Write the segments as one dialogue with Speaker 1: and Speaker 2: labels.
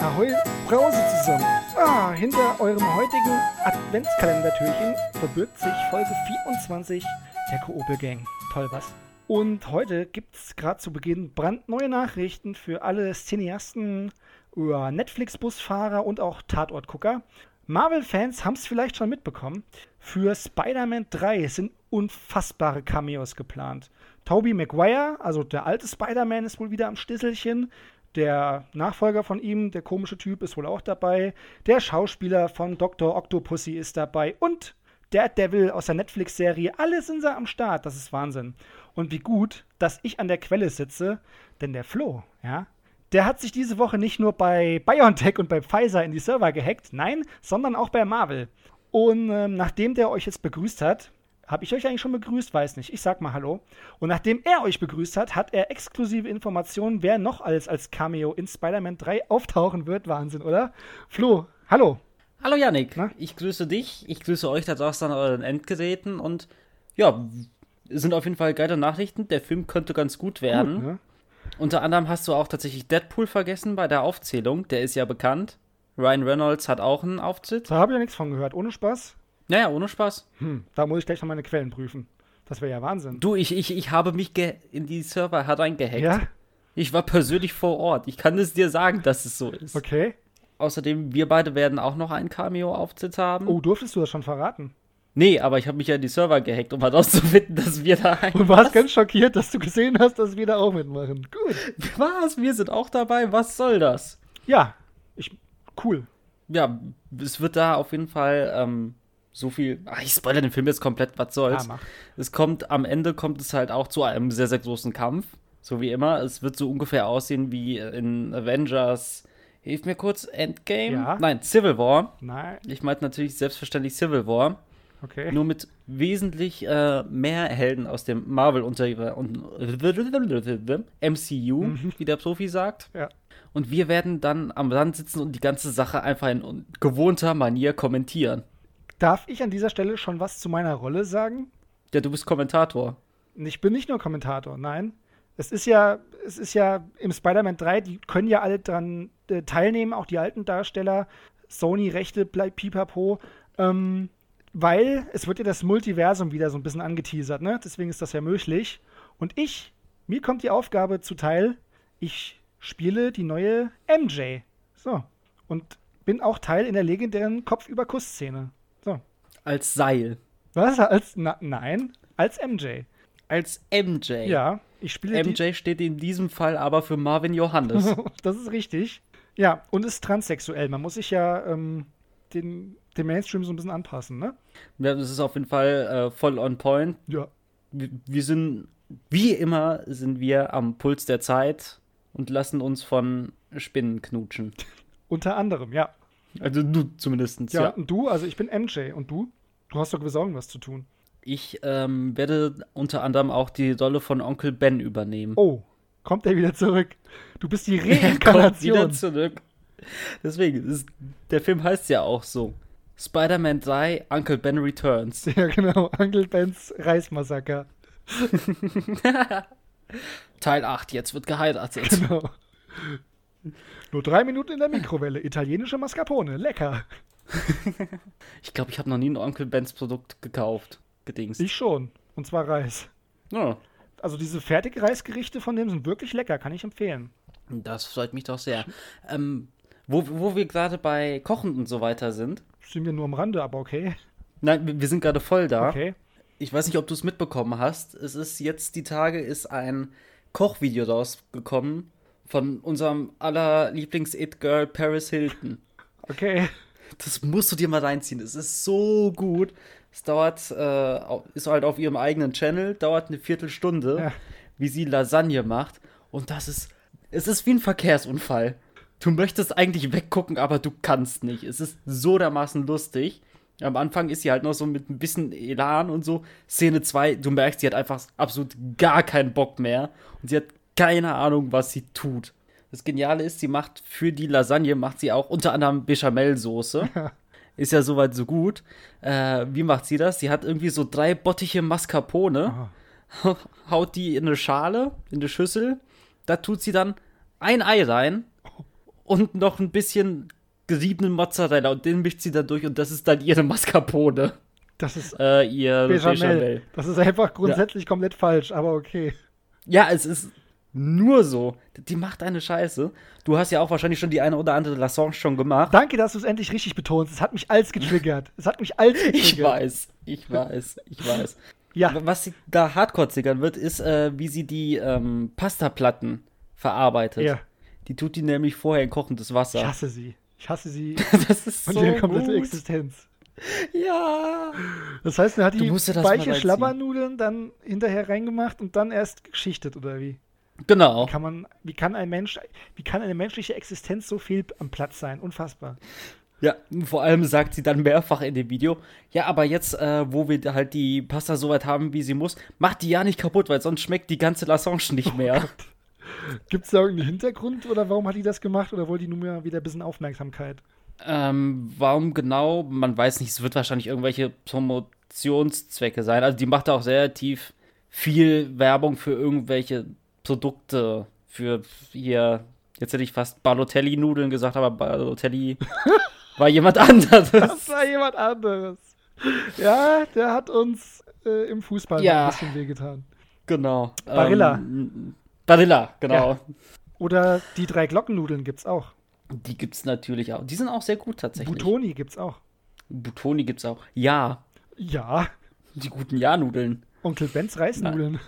Speaker 1: Ahoi Brause zusammen. Ah, hinter eurem heutigen Adventskalendertürchen verbirgt sich Folge 24 der Koopel Gang. Toll was. Und heute gibt's gerade zu Beginn brandneue Nachrichten für alle Cineasten, ja, Netflix-Busfahrer und auch Tatortgucker. Marvel-Fans haben es vielleicht schon mitbekommen. Für Spider-Man 3 sind unfassbare Cameos geplant. Tobey Maguire, also der alte Spider-Man, ist wohl wieder am Stisselchen. Der Nachfolger von ihm, der komische Typ, ist wohl auch dabei. Der Schauspieler von Dr. Octopussy ist dabei. Und Daredevil aus der Netflix-Serie. Alle sind da am Start. Das ist Wahnsinn. Und wie gut, dass ich an der Quelle sitze, denn der Flo, ja, der hat sich diese Woche nicht nur bei BioNTech und bei Pfizer in die Server gehackt, nein, sondern auch bei Marvel. Und ähm, nachdem der euch jetzt begrüßt hat, habe ich euch eigentlich schon begrüßt, weiß nicht. Ich sag mal Hallo. Und nachdem er euch begrüßt hat, hat er exklusive Informationen, wer noch alles als Cameo in Spider-Man 3 auftauchen wird. Wahnsinn, oder? Flo, hallo.
Speaker 2: Hallo Yannick,
Speaker 1: Na?
Speaker 2: ich grüße dich, ich grüße euch da draußen an euren Endgeräten und ja, es sind auf jeden Fall geile Nachrichten. Der Film könnte ganz gut werden.
Speaker 1: ne?
Speaker 2: Unter anderem hast du auch tatsächlich Deadpool vergessen bei der Aufzählung, der ist ja bekannt. Ryan Reynolds hat auch einen Auftritt.
Speaker 1: Da habe ich ja nichts von gehört. Ohne Spaß.
Speaker 2: Naja, ohne Spaß.
Speaker 1: Hm, da muss ich gleich noch meine Quellen prüfen. Das wäre ja Wahnsinn.
Speaker 2: Du, ich, ich, ich habe mich ge in die Server hereingehackt.
Speaker 1: Ja,
Speaker 2: Ich war persönlich vor Ort. Ich kann es dir sagen, dass es so ist.
Speaker 1: okay.
Speaker 2: Außerdem, wir beide werden auch noch einen Cameo-Auftritt haben.
Speaker 1: Oh, durftest du das schon verraten?
Speaker 2: Nee, aber ich habe mich ja in die Server gehackt, um herauszufinden, dass wir da ein
Speaker 1: Und warst ganz schockiert, dass du gesehen hast, dass wir da auch mitmachen. Gut.
Speaker 2: Was? Wir sind auch dabei? Was soll das?
Speaker 1: Ja, ich, cool.
Speaker 2: Ja, es wird da auf jeden Fall ähm, so viel. Ach, ich spoilere den Film jetzt komplett, was soll's.
Speaker 1: Ja, Ah, mach.
Speaker 2: es kommt am Ende kommt es halt auch zu einem sehr, sehr großen Kampf. So wie immer. Es wird so ungefähr aussehen wie in Avengers. Hilf mir kurz, Endgame?
Speaker 1: Ja.
Speaker 2: Nein, Civil War.
Speaker 1: Nein,
Speaker 2: Ich meinte natürlich selbstverständlich Civil War.
Speaker 1: okay.
Speaker 2: Nur mit wesentlich äh, mehr Helden aus dem Marvel-Unter- und MCU,
Speaker 1: Mhm.
Speaker 2: wie der Profi sagt.
Speaker 1: Ja.
Speaker 2: Und wir werden dann am Rand sitzen und die ganze Sache einfach in un- gewohnter Manier kommentieren.
Speaker 1: Darf ich an dieser Stelle schon was zu meiner Rolle sagen?
Speaker 2: Ja, du bist Kommentator.
Speaker 1: Ich bin nicht nur Kommentator, nein. Es ist ja, es ist ja im Spider-Man 3, die können ja alle dran äh, teilnehmen, auch die alten Darsteller, Sony-Rechte, bleibt pipapo. Ähm, weil es wird ja das Multiversum wieder so ein bisschen angeteasert, ne? Deswegen ist das ja möglich. Und ich, mir kommt die Aufgabe zuteil, ich spiele die neue MJ. So. Und bin auch Teil in der legendären Kopf-über-Kuss-Szene. So.
Speaker 2: Als Seil.
Speaker 1: Was? Als, na, nein, als MJ.
Speaker 2: Als MJ.
Speaker 1: Ja, ich spiele die,
Speaker 2: MJ steht in diesem Fall aber für Marvin Johannes.
Speaker 1: Das ist richtig. Ja, und ist transsexuell. Man muss sich ja ähm, den, dem Mainstream so ein bisschen anpassen, ne?
Speaker 2: ja, das ist auf jeden Fall äh, voll on point.
Speaker 1: Ja.
Speaker 2: wir wir sind, wie immer, sind wir am Puls der Zeit und lassen uns von Spinnen knutschen.
Speaker 1: Unter anderem, ja.
Speaker 2: Also du zumindestens,
Speaker 1: Ja,
Speaker 2: ja.
Speaker 1: und du, also ich bin MJ. Und du? Du hast doch gewiss auch was zu tun.
Speaker 2: Ich ähm, werde unter anderem auch die Rolle von Onkel Ben übernehmen.
Speaker 1: Oh, kommt er wieder zurück. Du bist die
Speaker 2: Er kommt wieder
Speaker 1: Reinkarnation.
Speaker 2: zurück. Deswegen, es ist, der Film heißt ja auch so. Spider-Man 3, Uncle Ben Returns.
Speaker 1: ja, genau. Uncle Bens Reismassaker.
Speaker 2: Teil 8, jetzt wird geheiratet.
Speaker 1: Genau. Nur drei Minuten in der Mikrowelle. Italienische Mascarpone. Lecker.
Speaker 2: Ich glaube, ich habe noch nie ein Onkel Bens Produkt gekauft. Gedings.
Speaker 1: Ich schon. Und zwar Reis.
Speaker 2: Ja,
Speaker 1: Also diese Fertigreisgerichte von dem sind wirklich lecker. Kann ich empfehlen.
Speaker 2: Das freut mich doch sehr. Ähm, wo, wo wir gerade bei Kochen und so weiter sind.
Speaker 1: Sind wir nur am Rande, aber okay.
Speaker 2: Nein, wir- wir sind gerade voll da.
Speaker 1: Okay.
Speaker 2: Ich weiß nicht, ob du es mitbekommen hast. Es ist jetzt die Tage ist ein Kochvideo rausgekommen von unserem aller Lieblings-It-Girl Paris Hilton.
Speaker 1: Okay.
Speaker 2: Das musst du dir mal reinziehen. Es ist so gut. Es dauert, äh, au- ist halt auf ihrem eigenen Channel, dauert eine Viertelstunde,
Speaker 1: Ja.
Speaker 2: wie sie Lasagne macht. Und das ist, es ist wie ein Verkehrsunfall. Du möchtest eigentlich weggucken, aber du kannst nicht. Es ist so dermaßen lustig. Am Anfang ist sie halt noch so mit ein bisschen Elan und so. Szene 2, du merkst, sie hat einfach absolut gar keinen Bock mehr. Und sie hat keine Ahnung, was sie tut. Das Geniale ist, sie macht für die Lasagne, macht sie auch unter anderem Bechamelsoße. Ist ja soweit so gut. Äh, wie macht sie das? Sie hat irgendwie so drei Bottiche Mascarpone, haut die in eine Schale, in eine Schüssel. Da tut sie dann ein Ei rein und noch ein bisschen geriebenen Mozzarella und den mischt sie dann durch und das ist dann ihre Mascarpone.
Speaker 1: Das ist
Speaker 2: Äh, ihr
Speaker 1: Bechamel.
Speaker 2: Bechamel.
Speaker 1: Das ist einfach grundsätzlich komplett falsch, aber okay.
Speaker 2: Ja, es ist nur so. Die macht eine Scheiße. Du hast ja auch wahrscheinlich schon die eine oder andere Lassange schon gemacht.
Speaker 1: Danke, dass du es endlich richtig betonst. Es hat mich als getriggert. Es hat mich als getriggert.
Speaker 2: Ich weiß, ich weiß, ich weiß.
Speaker 1: Ja,
Speaker 2: Was sie da hardcore zickern wird, ist, äh, wie sie die ähm, Pastaplatten verarbeitet.
Speaker 1: ja.
Speaker 2: Die tut die nämlich vorher in kochendes
Speaker 1: Ich
Speaker 2: Wasser.
Speaker 1: hasse sie. Ich hasse sie
Speaker 2: Das ist
Speaker 1: und
Speaker 2: so
Speaker 1: ihre komplette
Speaker 2: gut.
Speaker 1: Existenz.
Speaker 2: Ja.
Speaker 1: Das heißt, man hat
Speaker 2: Du
Speaker 1: die
Speaker 2: musst dir das mal
Speaker 1: weiche
Speaker 2: reinziehen.
Speaker 1: Schlabbernudeln dann hinterher reingemacht und dann erst geschichtet, oder wie?
Speaker 2: Genau.
Speaker 1: Kann man, wie kann ein Mensch, wie kann eine menschliche Existenz so viel am Platz sein? Unfassbar.
Speaker 2: Ja, vor allem sagt sie dann mehrfach in dem Video, ja, aber jetzt, äh, wo wir halt die Pasta so weit haben, wie sie muss, macht die ja nicht kaputt, weil sonst schmeckt die ganze Lasagne
Speaker 1: Oh
Speaker 2: nicht mehr.
Speaker 1: Gibt es da irgendeinen Hintergrund oder warum hat die das gemacht oder wollte die nur mal wieder ein bisschen Aufmerksamkeit?
Speaker 2: ähm, warum genau? Man weiß nicht, es wird wahrscheinlich irgendwelche Promotionszwecke sein. Also die macht da auch sehr tief viel Werbung für irgendwelche Produkte, für hier, jetzt hätte ich fast Balotelli-Nudeln gesagt, aber Balotelli war jemand anderes.
Speaker 1: Das war jemand anderes. Ja, der hat uns äh, im Fußball
Speaker 2: Ja.
Speaker 1: mal ein bisschen wehgetan.
Speaker 2: Genau.
Speaker 1: Barilla.
Speaker 2: Ähm, Barilla, genau.
Speaker 1: Ja. Oder die drei Glockennudeln gibt's auch.
Speaker 2: Die gibt's natürlich auch. Die sind auch sehr gut tatsächlich.
Speaker 1: Butoni gibt's auch.
Speaker 2: Butoni gibt's auch. Ja,
Speaker 1: Ja,
Speaker 2: die guten Ja-Nudeln.
Speaker 1: Onkel Bens Reisnudeln.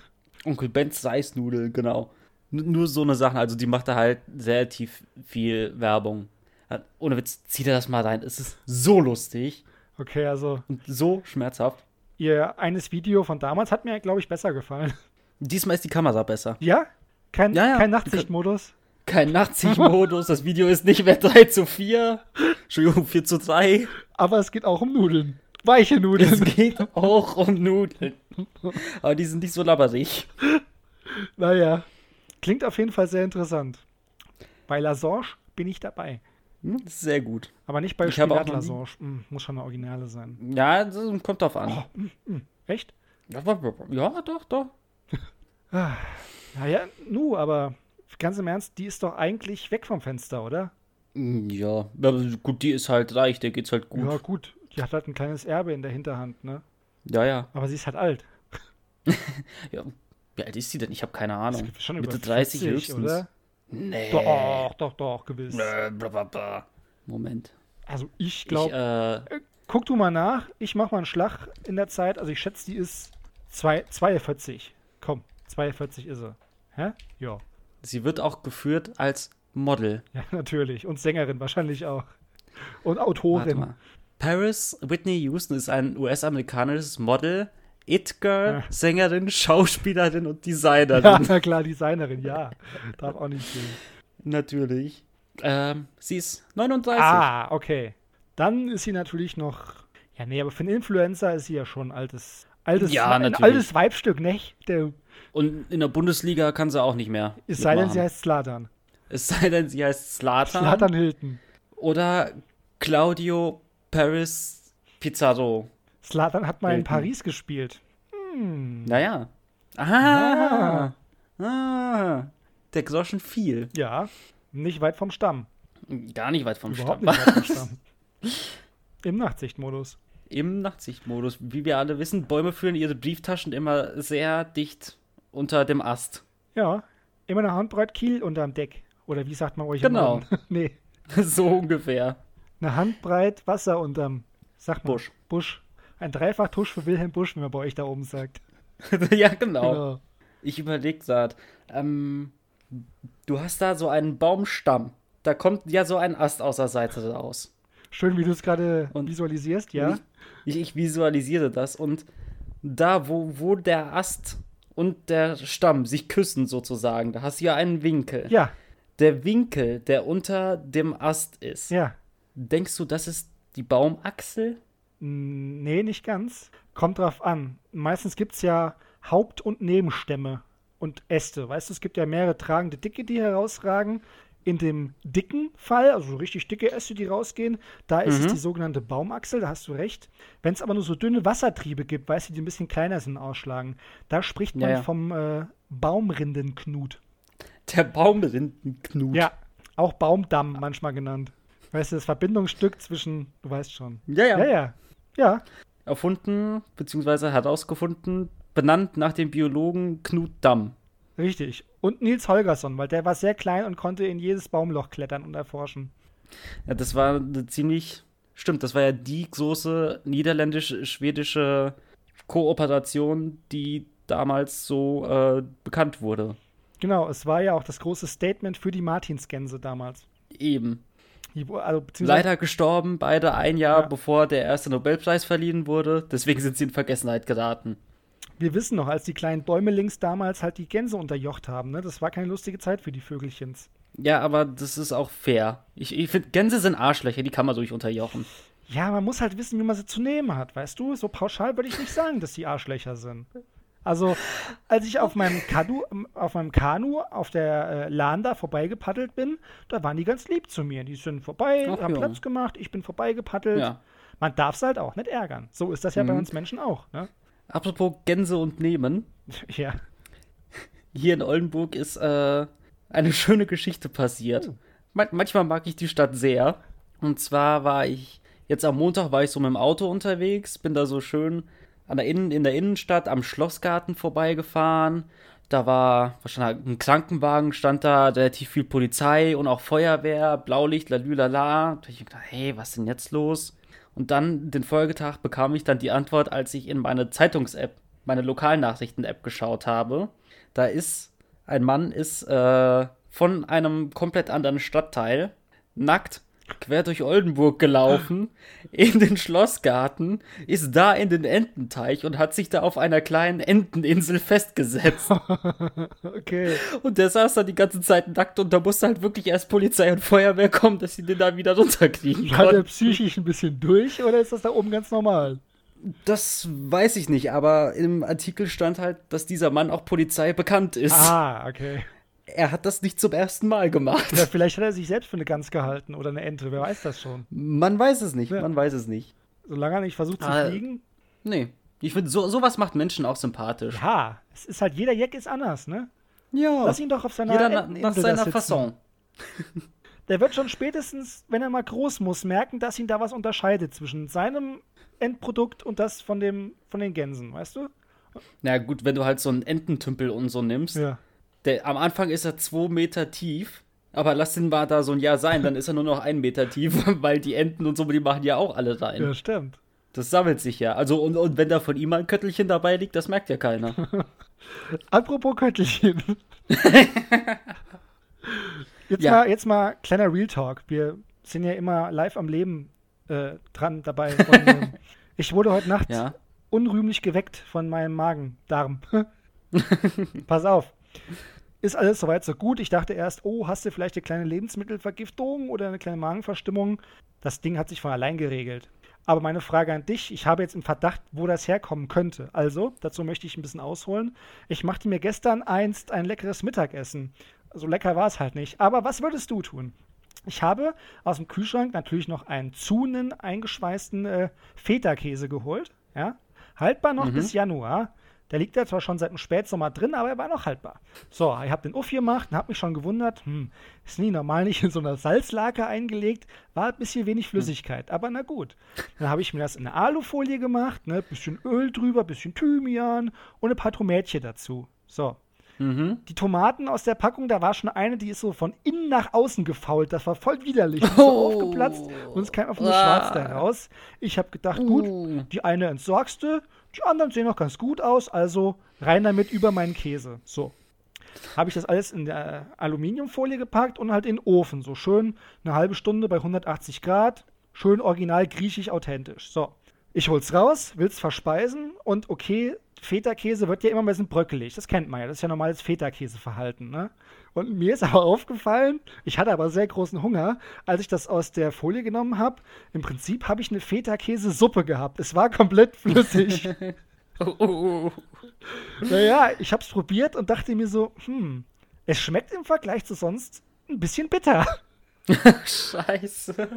Speaker 2: Onkel Bens Reisnudeln, genau. N nur so eine Sachen. Also die macht da halt sehr tief viel Werbung. Äh, Ohne Witz, zieht er das mal rein. Es ist so lustig
Speaker 1: Okay, also
Speaker 2: und so schmerzhaft.
Speaker 1: ihr eines Video von damals hat mir, glaube ich, besser gefallen.
Speaker 2: Diesmal ist die Kamera besser.
Speaker 1: Ja? Kein,
Speaker 2: Ja, ja.
Speaker 1: kein Nachtsichtmodus?
Speaker 2: Kein Nachtsichtmodus, das Video ist nicht mehr 3 zu 4. Entschuldigung, 4 zu 3.
Speaker 1: Aber es geht auch um Nudeln. Weiche
Speaker 2: Es
Speaker 1: Nudeln.
Speaker 2: geht auch um Nudeln. Aber die sind nicht so labberig.
Speaker 1: naja. Klingt auf jeden Fall sehr interessant. Bei Lasange bin ich dabei.
Speaker 2: Hm, Sehr gut.
Speaker 1: Aber nicht bei
Speaker 2: Ich habe auch noch nie-
Speaker 1: Spinat-Lasange. Hm, muss schon eine Originale sein.
Speaker 2: Ja, das kommt drauf an.
Speaker 1: Echt?
Speaker 2: Ja, doch, doch.
Speaker 1: Naja, nu, aber ganz im Ernst, die ist doch eigentlich weg vom Fenster, oder?
Speaker 2: Ja, aber gut, die ist halt reich, der geht's halt
Speaker 1: Ja,
Speaker 2: gut.
Speaker 1: gut. Die hat halt ein kleines Erbe in der Hinterhand, ne?
Speaker 2: Ja, ja.
Speaker 1: Aber sie ist halt alt.
Speaker 2: ja. Wie alt ist sie denn? Ich habe keine
Speaker 1: Sie
Speaker 2: Ahnung.
Speaker 1: ist schon
Speaker 2: Mitte
Speaker 1: über
Speaker 2: 30
Speaker 1: 40,
Speaker 2: höchstens.
Speaker 1: oder?
Speaker 2: Nee.
Speaker 1: Doch, doch, doch, gewiss.
Speaker 2: Äh, bla, bla, bla. Moment.
Speaker 1: Also ich
Speaker 2: Ich,
Speaker 1: glaube,
Speaker 2: äh,
Speaker 1: guck du mal nach. Ich mach mal einen Schlag in der Zeit. Also ich schätze, die ist zwei- 42. Komm, 42 ist sie. Hä? Ja.
Speaker 2: sie wird auch geführt als Model.
Speaker 1: Ja, natürlich. Und Sängerin wahrscheinlich auch. Und
Speaker 2: Warte
Speaker 1: Autorin.
Speaker 2: mal. Paris Whitney Houston ist ein US-amerikanisches Model,
Speaker 1: Ja.
Speaker 2: It-Girl, Sängerin, Schauspielerin und Designerin.
Speaker 1: Ja, na klar, Designerin, ja. Darf auch nicht fehlen.
Speaker 2: Natürlich. Ähm, sie ist 39.
Speaker 1: Ah, okay. Dann ist sie natürlich noch. Ja, nee, aber für einen Influencer ist sie ja schon ein altes. Altes,
Speaker 2: Ja,
Speaker 1: ein
Speaker 2: natürlich.
Speaker 1: altes Weibstück, ne? Der,
Speaker 2: Und in der Bundesliga kann sie auch nicht mehr.
Speaker 1: es sei denn,
Speaker 2: mitmachen.
Speaker 1: sie heißt Slatan.
Speaker 2: Es sei denn, sie heißt Slatan.
Speaker 1: Slatan Hilton.
Speaker 2: Oder Claudio Paris Pizarro.
Speaker 1: Slatan hat mal in
Speaker 2: Hilton.
Speaker 1: Paris gespielt. Hm.
Speaker 2: Naja. Ah, ah. Der Groschen viel.
Speaker 1: Ja, nicht weit vom Stamm.
Speaker 2: Gar nicht weit vom
Speaker 1: Überhaupt
Speaker 2: Stamm.
Speaker 1: nicht weit vom Stamm. Im Nachtsichtmodus.
Speaker 2: Im Nachtsichtmodus. Wie wir alle wissen, Bäume führen ihre Brieftaschen immer sehr dicht unter dem Ast.
Speaker 1: Ja, immer eine Handbreit Kiel unterm Deck. Oder wie sagt man euch?
Speaker 2: Genau.
Speaker 1: Im Norden? nee,
Speaker 2: so ungefähr.
Speaker 1: eine Handbreit Wasser unterm sag mal,
Speaker 2: Busch.
Speaker 1: Busch. Ein Dreifach-Tusch für Wilhelm Busch, wie man bei euch da oben sagt.
Speaker 2: ja, genau. Ich überlege gerade. Ähm, du hast da so einen Baumstamm. Da kommt ja so ein Ast aus der Seite raus.
Speaker 1: Schön, wie du es gerade
Speaker 2: Und-
Speaker 1: visualisierst, ja.
Speaker 2: Ich, ich visualisiere das und da, wo, wo der Ast und der Stamm sich küssen sozusagen, da hast du ja einen Winkel.
Speaker 1: Ja,
Speaker 2: Der Winkel, der unter dem Ast ist,
Speaker 1: ja.
Speaker 2: denkst du, das ist die Baumachsel?
Speaker 1: Mm, Nee, nicht ganz. Kommt drauf an. Meistens gibt es ja Haupt- und Nebenstämme und Äste. Weißt du, es gibt ja mehrere tragende Dicke, die herausragen. In dem dicken Fall, also so richtig dicke Äste, die rausgehen, da ist
Speaker 2: Mhm.
Speaker 1: es die sogenannte Baumachsel, da hast du recht. Wenn es aber nur so dünne Wassertriebe gibt, weißt du, die ein bisschen kleiner sind, ausschlagen, da spricht man
Speaker 2: Ja, ja.
Speaker 1: vom äh, Baumrindenknut.
Speaker 2: Der Baumrindenknut.
Speaker 1: Ja, Auch Baumdamm manchmal genannt. Weißt du, das Verbindungsstück zwischen, du weißt schon.
Speaker 2: Ja, ja.
Speaker 1: Ja, ja. Ja,
Speaker 2: Erfunden, beziehungsweise herausgefunden, benannt nach dem Biologen Knut Damm.
Speaker 1: richtig. Und Nils Holgersson, weil der war sehr klein und konnte in jedes Baumloch klettern und erforschen.
Speaker 2: Ja, das war eine ziemlich. Stimmt, das war ja die große niederländisch-schwedische Kooperation, die damals so äh, bekannt wurde.
Speaker 1: Genau, es war ja auch das große Statement für die Martinsgänse damals.
Speaker 2: Eben.
Speaker 1: Die, wo- also, beziehungsweise-
Speaker 2: Leider gestorben, beide ein Jahr
Speaker 1: Ja.
Speaker 2: bevor der erste Nobelpreis verliehen wurde. Deswegen sind sie in Vergessenheit geraten.
Speaker 1: Wir wissen noch, als die kleinen Däumelings damals halt die Gänse unterjocht haben, ne? Das war keine lustige Zeit für die Vögelchens.
Speaker 2: Ja, aber das ist auch fair. Ich, ich finde, Gänse sind Arschlöcher, die kann man durch unterjochen.
Speaker 1: Ja, man muss halt wissen, wie man sie zu nehmen hat, weißt du? So pauschal würde ich nicht sagen, dass die Arschlöcher sind. Also, als ich auf meinem, Kanu, auf meinem Kanu auf der äh, Lahn da vorbeigepaddelt bin, da waren die ganz lieb zu mir. Die sind vorbei,
Speaker 2: Ach
Speaker 1: haben
Speaker 2: ja.
Speaker 1: Platz gemacht, ich bin vorbeigepaddelt.
Speaker 2: Ja. Mhm.
Speaker 1: Man darf es halt auch nicht ärgern. So ist das ja bei uns Menschen auch, ne?
Speaker 2: Apropos Gänse und Nehmen.
Speaker 1: Ja.
Speaker 2: Hier in Oldenburg ist äh, eine schöne Geschichte passiert. Man manchmal mag ich die Stadt sehr. Und zwar war ich, jetzt am Montag war ich so mit dem Auto unterwegs, bin da so schön an der Innen in der Innenstadt am Schlossgarten vorbeigefahren. Da war wahrscheinlich halt ein Krankenwagen, stand da relativ viel Polizei und auch Feuerwehr, Blaulicht, lalülala. Da hab ich mir gedacht, hey, was ist denn jetzt los? Und dann den Folgetag bekam ich dann die Antwort, als ich in meine Zeitungs-App, meine Lokalnachrichten-App geschaut habe. Da ist ein Mann ist äh, von einem komplett anderen Stadtteil nackt quer durch Oldenburg gelaufen in den Schlossgarten, ist da in den Ententeich und hat sich da auf einer kleinen Enteninsel festgesetzt.
Speaker 1: Okay.
Speaker 2: Und der saß da die ganze Zeit nackt und da musste halt wirklich erst Polizei und Feuerwehr kommen, dass sie den da wieder runterkriegen
Speaker 1: War der
Speaker 2: konnten.
Speaker 1: psychisch ein bisschen durch oder ist das da oben ganz normal?
Speaker 2: Das weiß ich nicht, aber im Artikel stand halt, dass dieser Mann auch Polizei bekannt ist.
Speaker 1: Ah, okay.
Speaker 2: Er hat das nicht zum ersten Mal gemacht.
Speaker 1: Ja, vielleicht hat er sich selbst für eine Gans gehalten oder eine Ente, wer weiß das schon.
Speaker 2: Man weiß es nicht,
Speaker 1: Ja.
Speaker 2: man weiß es nicht.
Speaker 1: Solange er nicht versucht zu
Speaker 2: Ah.
Speaker 1: fliegen.
Speaker 2: Nee. Ich finde, so, sowas macht Menschen auch sympathisch.
Speaker 1: Ja, es ist halt, jeder Jack ist anders, ne?
Speaker 2: Ja.
Speaker 1: Lass ihn doch auf seiner
Speaker 2: Jeder na,
Speaker 1: Enten-
Speaker 2: nach
Speaker 1: Insel da
Speaker 2: seiner
Speaker 1: sitzen.
Speaker 2: Fasson.
Speaker 1: Der wird schon spätestens, wenn er mal groß muss, merken, dass ihn da was unterscheidet zwischen seinem Endprodukt und das von, dem, von den Gänsen, weißt du?
Speaker 2: Na gut, wenn du halt so einen Ententümpel und so nimmst,
Speaker 1: Ja.
Speaker 2: der, am Anfang ist er zwei Meter tief, aber lass den mal da so ein Jahr sein, dann ist er nur noch ein Meter tief, weil die Enten und so, die machen ja auch alle rein.
Speaker 1: Ja, stimmt.
Speaker 2: Das sammelt sich ja. Also, und, und wenn da von ihm ein Köttelchen dabei liegt, das merkt ja keiner.
Speaker 1: Apropos Köttelchen. jetzt,
Speaker 2: Ja.
Speaker 1: mal, jetzt mal kleiner Real Talk. Wir sind ja immer live am Leben äh, dran dabei. Und, ähm, ich wurde heute Nacht
Speaker 2: Ja.
Speaker 1: unrühmlich geweckt von meinem Magen, Darm. Pass auf. Ist alles soweit so gut. Ich dachte erst, oh, hast du vielleicht eine kleine Lebensmittelvergiftung oder eine kleine Magenverstimmung? Das Ding hat sich von allein geregelt. Aber meine Frage an dich, ich habe jetzt im Verdacht, wo das herkommen könnte. Also, dazu möchte ich ein bisschen ausholen. Ich machte mir gestern einst ein leckeres Mittagessen. So lecker war es halt nicht. Aber was würdest du tun? Ich habe aus dem Kühlschrank natürlich noch einen zunen eingeschweißten äh, Feta-Käse geholt. Ja? Haltbar noch bis Januar. Der liegt ja zwar schon seit dem Spätsommer drin, aber er war noch haltbar. So, ich habe den Uff gemacht und habe mich schon gewundert, hm, ist nie normal nicht in so einer Salzlake eingelegt, war ein bisschen wenig Flüssigkeit, aber na gut. Dann habe ich mir das in eine Alufolie gemacht, ne, bisschen Öl drüber, bisschen Thymian und ein paar Tomätchen dazu. So,
Speaker 2: Mhm.
Speaker 1: die Tomaten aus der Packung, da war schon eine, die ist so von innen nach außen gefault. Das war voll widerlich. Die ist so
Speaker 2: Oh.
Speaker 1: aufgeplatzt und es kam einfach nur
Speaker 2: Ah. Uh.
Speaker 1: schwarz da raus. Ich habe gedacht, gut, die eine entsorgst du, die anderen sehen noch ganz gut aus, also rein damit über meinen Käse. So. Habe ich das alles in der Aluminiumfolie gepackt und halt in den Ofen. So schön eine halbe Stunde bei 180 Grad. Schön original griechisch authentisch. So. Ich hol's raus, will's verspeisen und okay, Feta-Käse wird ja immer ein bisschen bröckelig. Das kennt man ja. Das ist ja normales Feta-Käse-Verhalten. Ne? Und mir ist aber aufgefallen, ich hatte aber sehr großen Hunger, als ich das aus der Folie genommen habe. Im Prinzip habe ich eine Feta-Käse-Suppe gehabt. Es war komplett flüssig.
Speaker 2: Oh, oh, oh.
Speaker 1: Naja, ich hab's probiert und dachte mir so, hm, es schmeckt im Vergleich zu sonst ein bisschen bitter.
Speaker 2: Scheiße.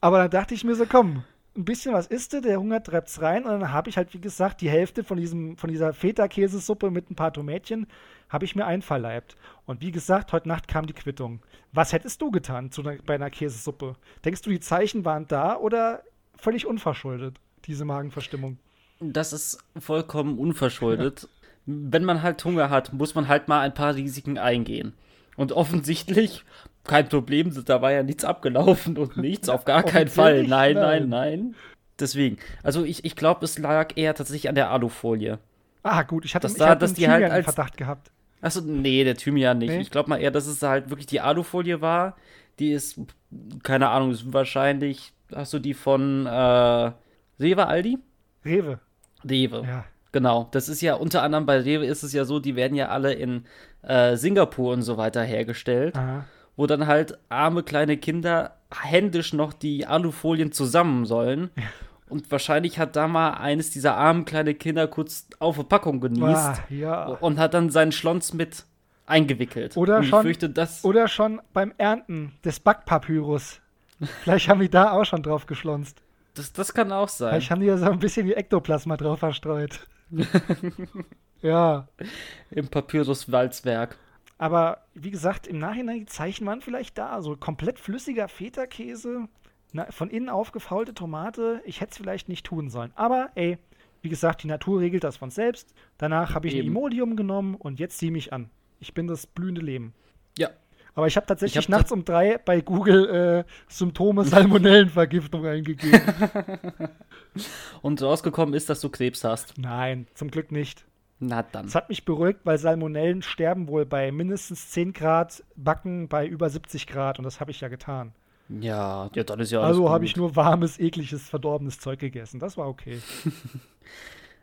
Speaker 1: Aber dann dachte ich mir so, komm, ein bisschen was isst du, der Hunger treibt's rein und dann habe ich halt, wie gesagt, die Hälfte von, diesem, von dieser Feta-Käsesuppe mit ein paar Tomätchen habe ich mir einverleibt. Und wie gesagt, heute Nacht kam die Quittung. Was hättest du getan zu, einer- bei einer Käsesuppe? Denkst du, die Zeichen waren da oder völlig unverschuldet, diese Magenverstimmung?
Speaker 2: Das ist vollkommen unverschuldet. Wenn man halt Hunger hat, muss man halt mal ein paar Risiken eingehen. Und offensichtlich, kein Problem, da war ja nichts abgelaufen und nichts, auf gar keinen Fall.
Speaker 1: Offensichtlich
Speaker 2: Nein,
Speaker 1: nein.
Speaker 2: nein, nein. Deswegen, also ich, ich glaube, es lag eher tatsächlich an der Alufolie.
Speaker 1: Ah, gut, ich hatte,
Speaker 2: Das
Speaker 1: ich
Speaker 2: da-
Speaker 1: hatte
Speaker 2: dass
Speaker 1: einen
Speaker 2: die halt
Speaker 1: Thymian im
Speaker 2: als-
Speaker 1: Verdacht gehabt.
Speaker 2: Achso, Also, nee, der Thymian nicht.
Speaker 1: Nee.
Speaker 2: Ich glaube mal eher, dass es halt wirklich die Alufolie war. Die ist, keine Ahnung, ist wahrscheinlich, hast du die von äh, Rewe Aldi?
Speaker 1: Rewe,
Speaker 2: Rewe.
Speaker 1: ja.
Speaker 2: Genau, das ist ja unter anderem bei Rewe ist es ja so, die werden ja alle in äh, Singapur und so weiter hergestellt,
Speaker 1: Aha.
Speaker 2: wo dann halt arme kleine Kinder händisch noch die Alufolien zusammen sollen. Und wahrscheinlich hat da mal eines dieser armen kleinen Kinder kurz auf eine Packung
Speaker 1: Ah,
Speaker 2: genießt
Speaker 1: ja.
Speaker 2: und hat dann seinen Schlons mit eingewickelt.
Speaker 1: Oder
Speaker 2: und ich
Speaker 1: schon-
Speaker 2: fürchte, das
Speaker 1: Oder schon beim Ernten des Backpapyrus. Vielleicht haben die da auch schon drauf geschlonzt.
Speaker 2: Das, das kann auch sein.
Speaker 1: Vielleicht haben die da so ein bisschen wie Ektoplasma drauf verstreut. ja,
Speaker 2: Im Papyrus-Walzwerk.
Speaker 1: aber wie gesagt, im Nachhinein die Zeichen waren vielleicht da. So komplett flüssiger Feta-Käse, na, von innen aufgefaulte Tomate. Ich hätte es vielleicht nicht tun sollen. Aber ey, wie gesagt, die Natur regelt das von selbst. Danach habe ich ein
Speaker 2: Eben.
Speaker 1: Imodium genommen und jetzt sieh mich an. Ich bin das blühende Leben.
Speaker 2: Ja,
Speaker 1: Aber ich habe tatsächlich
Speaker 2: Ich hab
Speaker 1: nachts um drei bei Google äh, Symptome Salmonellenvergiftung eingegeben.
Speaker 2: und rausgekommen ist, dass du Krebs hast.
Speaker 1: Nein, zum Glück nicht.
Speaker 2: Na dann.
Speaker 1: Es hat mich beruhigt, weil Salmonellen sterben wohl bei mindestens 10 Grad, backen bei über 70 Grad und das habe ich ja getan.
Speaker 2: Ja, ja, dann ist ja alles
Speaker 1: also habe
Speaker 2: gut.
Speaker 1: ich nur warmes, ekliges, verdorbenes Zeug gegessen. Das war okay.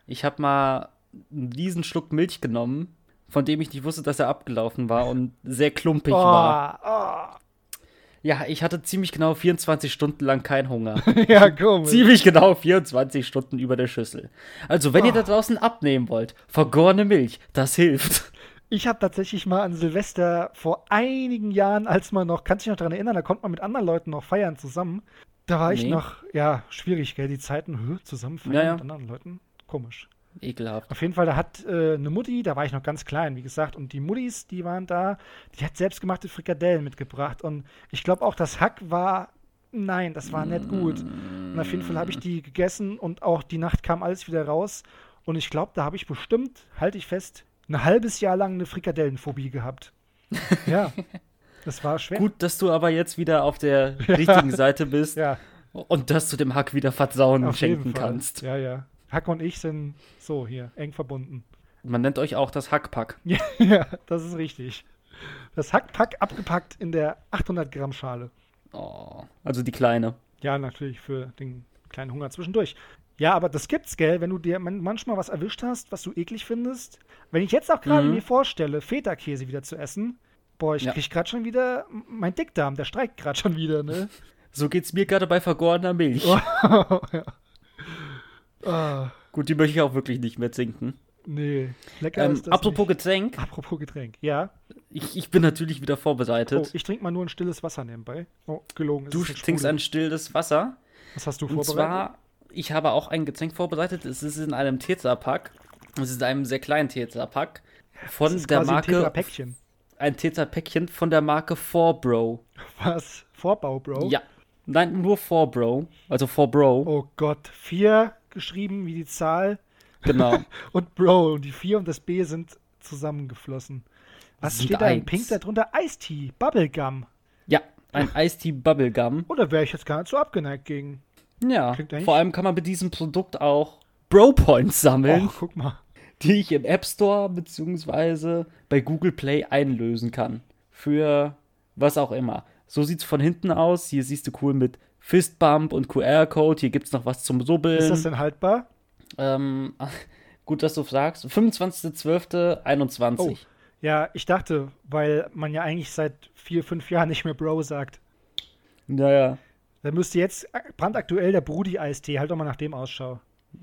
Speaker 2: Ich habe mal einen riesen Schluck Milch genommen, von dem ich nicht wusste, dass er abgelaufen war und sehr klumpig
Speaker 1: Oh.
Speaker 2: war.
Speaker 1: Ah,
Speaker 2: Ja, ich hatte ziemlich genau 24 Stunden lang keinen Hunger.
Speaker 1: ah. ja, komisch.
Speaker 2: ziemlich genau 24 Stunden über der Schüssel. Also, wenn ihr da
Speaker 1: Ah.
Speaker 2: draußen abnehmen wollt, vergorene Milch, das hilft.
Speaker 1: Ich habe tatsächlich mal an Silvester vor einigen Jahren, als man noch, kannst du dich noch daran erinnern, da konnte man mit anderen Leuten noch feiern zusammen. Da war ich
Speaker 2: Nee.
Speaker 1: noch, ja, schwierig, gell, die Zeiten, hä, zusammen feiern
Speaker 2: Ja, ja.
Speaker 1: mit anderen Leuten. Komisch.
Speaker 2: Ekelhaft.
Speaker 1: Auf jeden Fall, da hat äh, eine Mutti, da war ich noch ganz klein, wie gesagt, und die Muttis, die waren da, die hat selbstgemachte Frikadellen mitgebracht. Und ich glaube auch, das Hack war, nein, das war nicht gut. Und auf jeden Fall habe ich die gegessen und auch die Nacht kam alles wieder raus. Und ich glaube, da habe ich bestimmt, halte ich fest, ein halbes Jahr lang eine Frikadellenphobie gehabt. Ja, das war schwer.
Speaker 2: Gut, dass du aber jetzt wieder auf der richtigen Seite bist
Speaker 1: ja,
Speaker 2: und dass du dem Hack wieder Versauen
Speaker 1: auf jeden
Speaker 2: schenken
Speaker 1: Fall.
Speaker 2: kannst.
Speaker 1: Ja, ja. Hack und ich sind so hier, eng verbunden.
Speaker 2: Man nennt euch auch das Hackpack.
Speaker 1: Ja, ja, das ist richtig. Das Hackpack abgepackt in der 800 Gramm Schale.
Speaker 2: Oh, also die Kleine.
Speaker 1: Ja, natürlich für den kleinen Hunger zwischendurch. Ja, aber das gibt's, gell? Wenn du dir man- manchmal was erwischt hast, was du eklig findest. Wenn ich jetzt auch gerade
Speaker 2: Mhm.
Speaker 1: mir vorstelle, Feta-Käse wieder zu essen, boah, ich
Speaker 2: Ja.
Speaker 1: krieg gerade schon wieder, mein Dickdarm, der streikt gerade schon wieder, ne?
Speaker 2: So geht's mir gerade bei vergorener Milch.
Speaker 1: Oh. ja. Ah,
Speaker 2: Gut, die möchte ich auch wirklich nicht mehr trinken.
Speaker 1: nee. Lecker
Speaker 2: Ähm,
Speaker 1: ist das
Speaker 2: apropos
Speaker 1: nicht.
Speaker 2: Getränk,
Speaker 1: apropos Getränk, ja.
Speaker 2: ich, ich bin natürlich wieder
Speaker 1: Oh,
Speaker 2: vorbereitet.
Speaker 1: ich trinke mal nur ein stilles Wasser nebenbei. Oh, gelogen. es
Speaker 2: du
Speaker 1: ist ein
Speaker 2: trinkst
Speaker 1: Sprudel.
Speaker 2: ein stilles Wasser.
Speaker 1: Was hast du
Speaker 2: Und
Speaker 1: vorbereitet?
Speaker 2: zwar, ich habe auch ein Getränk vorbereitet. Es ist in einem Tetrapack. Es ist in einem sehr kleinen Tetrapack. Von
Speaker 1: Das ist
Speaker 2: der
Speaker 1: quasi ein
Speaker 2: Marke.
Speaker 1: Tetra-Päckchen.
Speaker 2: Ein Tetrapäckchen von der Marke 4Bro.
Speaker 1: Was? Vorbau, Bro?
Speaker 2: Ja. Nein, nur 4Bro. Also 4Bro.
Speaker 1: Oh Gott, vier geschrieben wie die Zahl
Speaker 2: Genau.
Speaker 1: und Bro und die vier und das B sind zusammengeflossen. Was
Speaker 2: Sind
Speaker 1: steht da in
Speaker 2: eins.
Speaker 1: Pink darunter? Eistee, Bubblegum.
Speaker 2: ja. Ein Eistee Bubblegum.
Speaker 1: Oder wäre ich jetzt gar nicht so abgeneigt gegen?
Speaker 2: Ja.
Speaker 1: Klingt eigentlich-
Speaker 2: Vor allem kann man mit diesem Produkt auch Bro Points sammeln.
Speaker 1: Oh, guck mal.
Speaker 2: die ich im App Store bzw. bei Google Play einlösen kann. Für was auch immer. So sieht's von hinten aus. Hier siehst du cool mit Fistbump und QR-Code. Hier gibt's noch was zum
Speaker 1: Ist das
Speaker 2: Rubbeln.
Speaker 1: denn haltbar?
Speaker 2: ähm, gut, dass du fragst. 25.12.21.
Speaker 1: Oh. Ja, ich dachte, weil man ja eigentlich seit vier, fünf Jahren nicht mehr Bro sagt. Oh.
Speaker 2: Naja.
Speaker 1: Dann müsste jetzt äh, brandaktuell der Brudi-Eistee, halt doch mal nach dem Ausschau.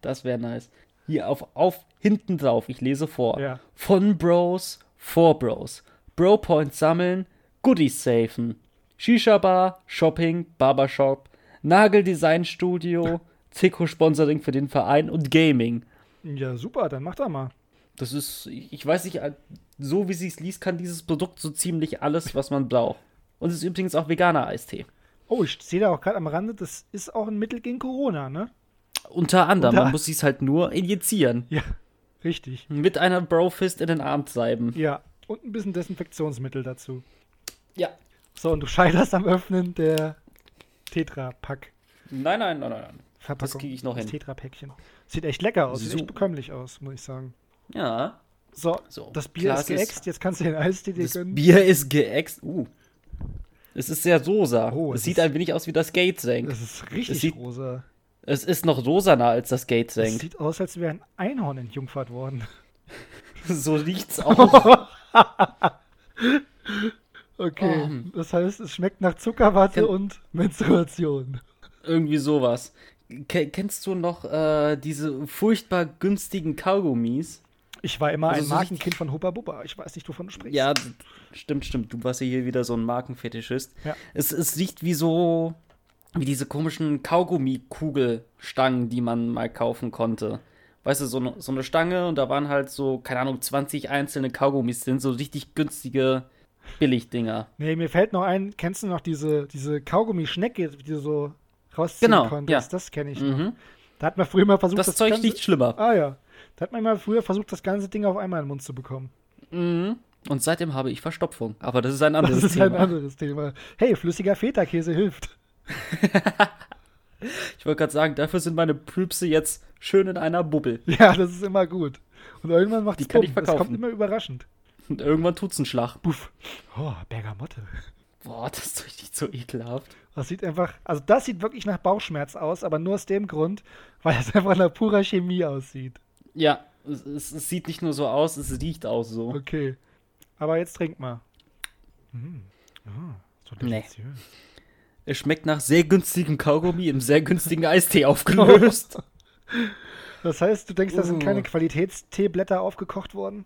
Speaker 2: das wäre nice. Hier auf, auf hinten drauf, ich lese vor.
Speaker 1: Ja.
Speaker 2: Von Bros, vor Bros. Bro Points sammeln, Goodies safen. Shisha Bar, Shopping, Barbershop, Nageldesignstudio, Zico-Sponsoring für den Verein und Gaming.
Speaker 1: Ja, super, dann mach da mal.
Speaker 2: Das ist, ich weiß nicht, äh, so wie sie es liest, kann dieses Produkt so ziemlich alles, was man braucht. Und es ist übrigens auch veganer Eistee.
Speaker 1: Oh, ich sehe da auch gerade am Rande, das ist auch ein Mittel gegen Corona, ne?
Speaker 2: Unter anderem,
Speaker 1: Unter-
Speaker 2: man muss es halt nur injizieren.
Speaker 1: Ja, richtig.
Speaker 2: Mit einer Brofist in den Arm treiben.
Speaker 1: Ja, und ein bisschen Desinfektionsmittel dazu.
Speaker 2: Ja.
Speaker 1: So, und du scheiterst am Öffnen der Tetra-Pack-Verpackung.
Speaker 2: Nein, nein, nein, nein, nein. krieg ich noch
Speaker 1: das
Speaker 2: hin.
Speaker 1: Tetra-Päckchen. Sieht echt lecker aus, sieht
Speaker 2: So.
Speaker 1: echt bekömmlich aus, muss ich sagen.
Speaker 2: Ja.
Speaker 1: So,
Speaker 2: So,
Speaker 1: das Bier
Speaker 2: Glas
Speaker 1: ist geäxt, jetzt kannst du den Eistee dir
Speaker 2: Das
Speaker 1: gönnen.
Speaker 2: Bier ist geäxt. Uh. Es ist sehr rosa.
Speaker 1: Oh,
Speaker 2: es
Speaker 1: es
Speaker 2: sieht
Speaker 1: ist-
Speaker 2: ein wenig aus wie das Gate-Senk.
Speaker 1: Das ist richtig
Speaker 2: Es sieht-
Speaker 1: rosa.
Speaker 2: Es ist noch rosaner als das
Speaker 1: Das
Speaker 2: Gate-Senk.
Speaker 1: sieht aus, als wäre ein Einhorn entjungfert worden.
Speaker 2: So riecht's auch.
Speaker 1: Okay,
Speaker 2: Oh.
Speaker 1: das heißt, es schmeckt nach Zuckerwatte
Speaker 2: Ken-
Speaker 1: und Menstruation.
Speaker 2: Irgendwie sowas. Ke- kennst du noch äh, diese furchtbar günstigen Kaugummis?
Speaker 1: Ich war immer
Speaker 2: Also
Speaker 1: ein
Speaker 2: so richtig-
Speaker 1: Markenkind von Hubba Bubba. Ich weiß nicht, wovon du sprichst.
Speaker 2: Ja, d- stimmt, stimmt. Du warst ja hier wieder so ein Markenfetischist.
Speaker 1: Ja.
Speaker 2: Es, es riecht wie so, wie diese komischen Kaugummi-Kugelstangen, die man mal kaufen konnte. Weißt du, so eine, so eine Stange und da waren halt so, keine Ahnung, 20 einzelne Kaugummis drin, so richtig günstige Billigdinger.
Speaker 1: Nee, mir fällt noch ein, kennst du noch diese, diese Kaugummi-Schnecke, die du so rausziehen
Speaker 2: Genau,
Speaker 1: konntest?
Speaker 2: ja.
Speaker 1: Das kenne ich noch.
Speaker 2: Mhm.
Speaker 1: Da hat man früher mal versucht,
Speaker 2: Das, Zeug
Speaker 1: ganze...
Speaker 2: riecht schlimmer.
Speaker 1: Ah ja. Da hat man mal früher versucht, das ganze Ding auf einmal in den Mund zu bekommen.
Speaker 2: Mhm. Und seitdem habe ich Verstopfung. Aber das ist ein anderes
Speaker 1: Das ist
Speaker 2: Thema.
Speaker 1: ein anderes Thema. Hey, flüssiger Feta-Käse hilft.
Speaker 2: Ich wollte gerade sagen, dafür sind meine Püpse jetzt schön in einer Bubble.
Speaker 1: Ja, das ist immer gut. Und irgendwann macht
Speaker 2: Die
Speaker 1: es
Speaker 2: kann ich
Speaker 1: Das kommt
Speaker 2: verkaufen.
Speaker 1: immer überraschend.
Speaker 2: Und irgendwann tut's einen Schlag.
Speaker 1: Buff. Oh, Bergamotte.
Speaker 2: Boah, das ist richtig so ekelhaft.
Speaker 1: Das sieht einfach, also das sieht wirklich nach Bauchschmerz aus, aber nur aus dem Grund, weil es einfach nach purer Chemie aussieht.
Speaker 2: Ja, es, es, es sieht nicht nur so aus, es riecht auch so.
Speaker 1: Okay. Aber jetzt trink mal. Mm. Ah, so
Speaker 2: Nee.
Speaker 1: deliziös.
Speaker 2: Es schmeckt nach sehr günstigem Kaugummi im sehr günstigen Eistee aufgelöst.
Speaker 1: Das heißt, du denkst, da sind
Speaker 2: Uh.
Speaker 1: keine Qualitätsteeblätter aufgekocht worden?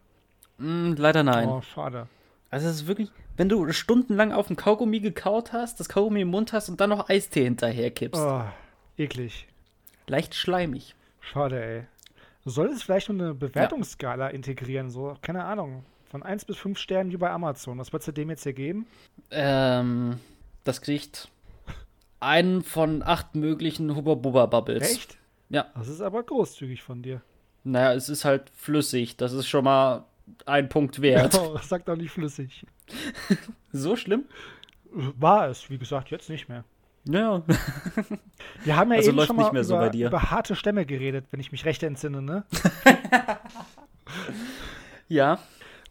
Speaker 2: mm, leider nein.
Speaker 1: Oh, schade.
Speaker 2: Also es ist wirklich, wenn du stundenlang auf dem Kaugummi gekaut hast, das Kaugummi im Mund hast und dann noch Eistee hinterher kippst.
Speaker 1: Oh, eklig.
Speaker 2: Leicht schleimig.
Speaker 1: Schade, ey. Du solltest vielleicht nur eine Bewertungsskala integrieren, so, keine Ahnung. Von 1 bis 5 Sternen wie bei Amazon. Was würdest du dem jetzt hier geben?
Speaker 2: Ähm, das kriegt einen von acht möglichen Hubba-Bubba-Bubbles.
Speaker 1: Echt?
Speaker 2: Ja.
Speaker 1: Das ist aber großzügig von dir.
Speaker 2: Naja, es ist halt flüssig. Das ist schon mal ein Punkt wert.
Speaker 1: Oh, sagt auch nicht flüssig.
Speaker 2: So schlimm?
Speaker 1: War es, wie gesagt, jetzt nicht mehr.
Speaker 2: Ja.
Speaker 1: Wir haben ja
Speaker 2: Also
Speaker 1: eben
Speaker 2: läuft
Speaker 1: schon mal
Speaker 2: nicht mehr so
Speaker 1: über,
Speaker 2: bei dir.
Speaker 1: über harte Stämme geredet, wenn ich mich recht entsinne, ne?
Speaker 2: Ja.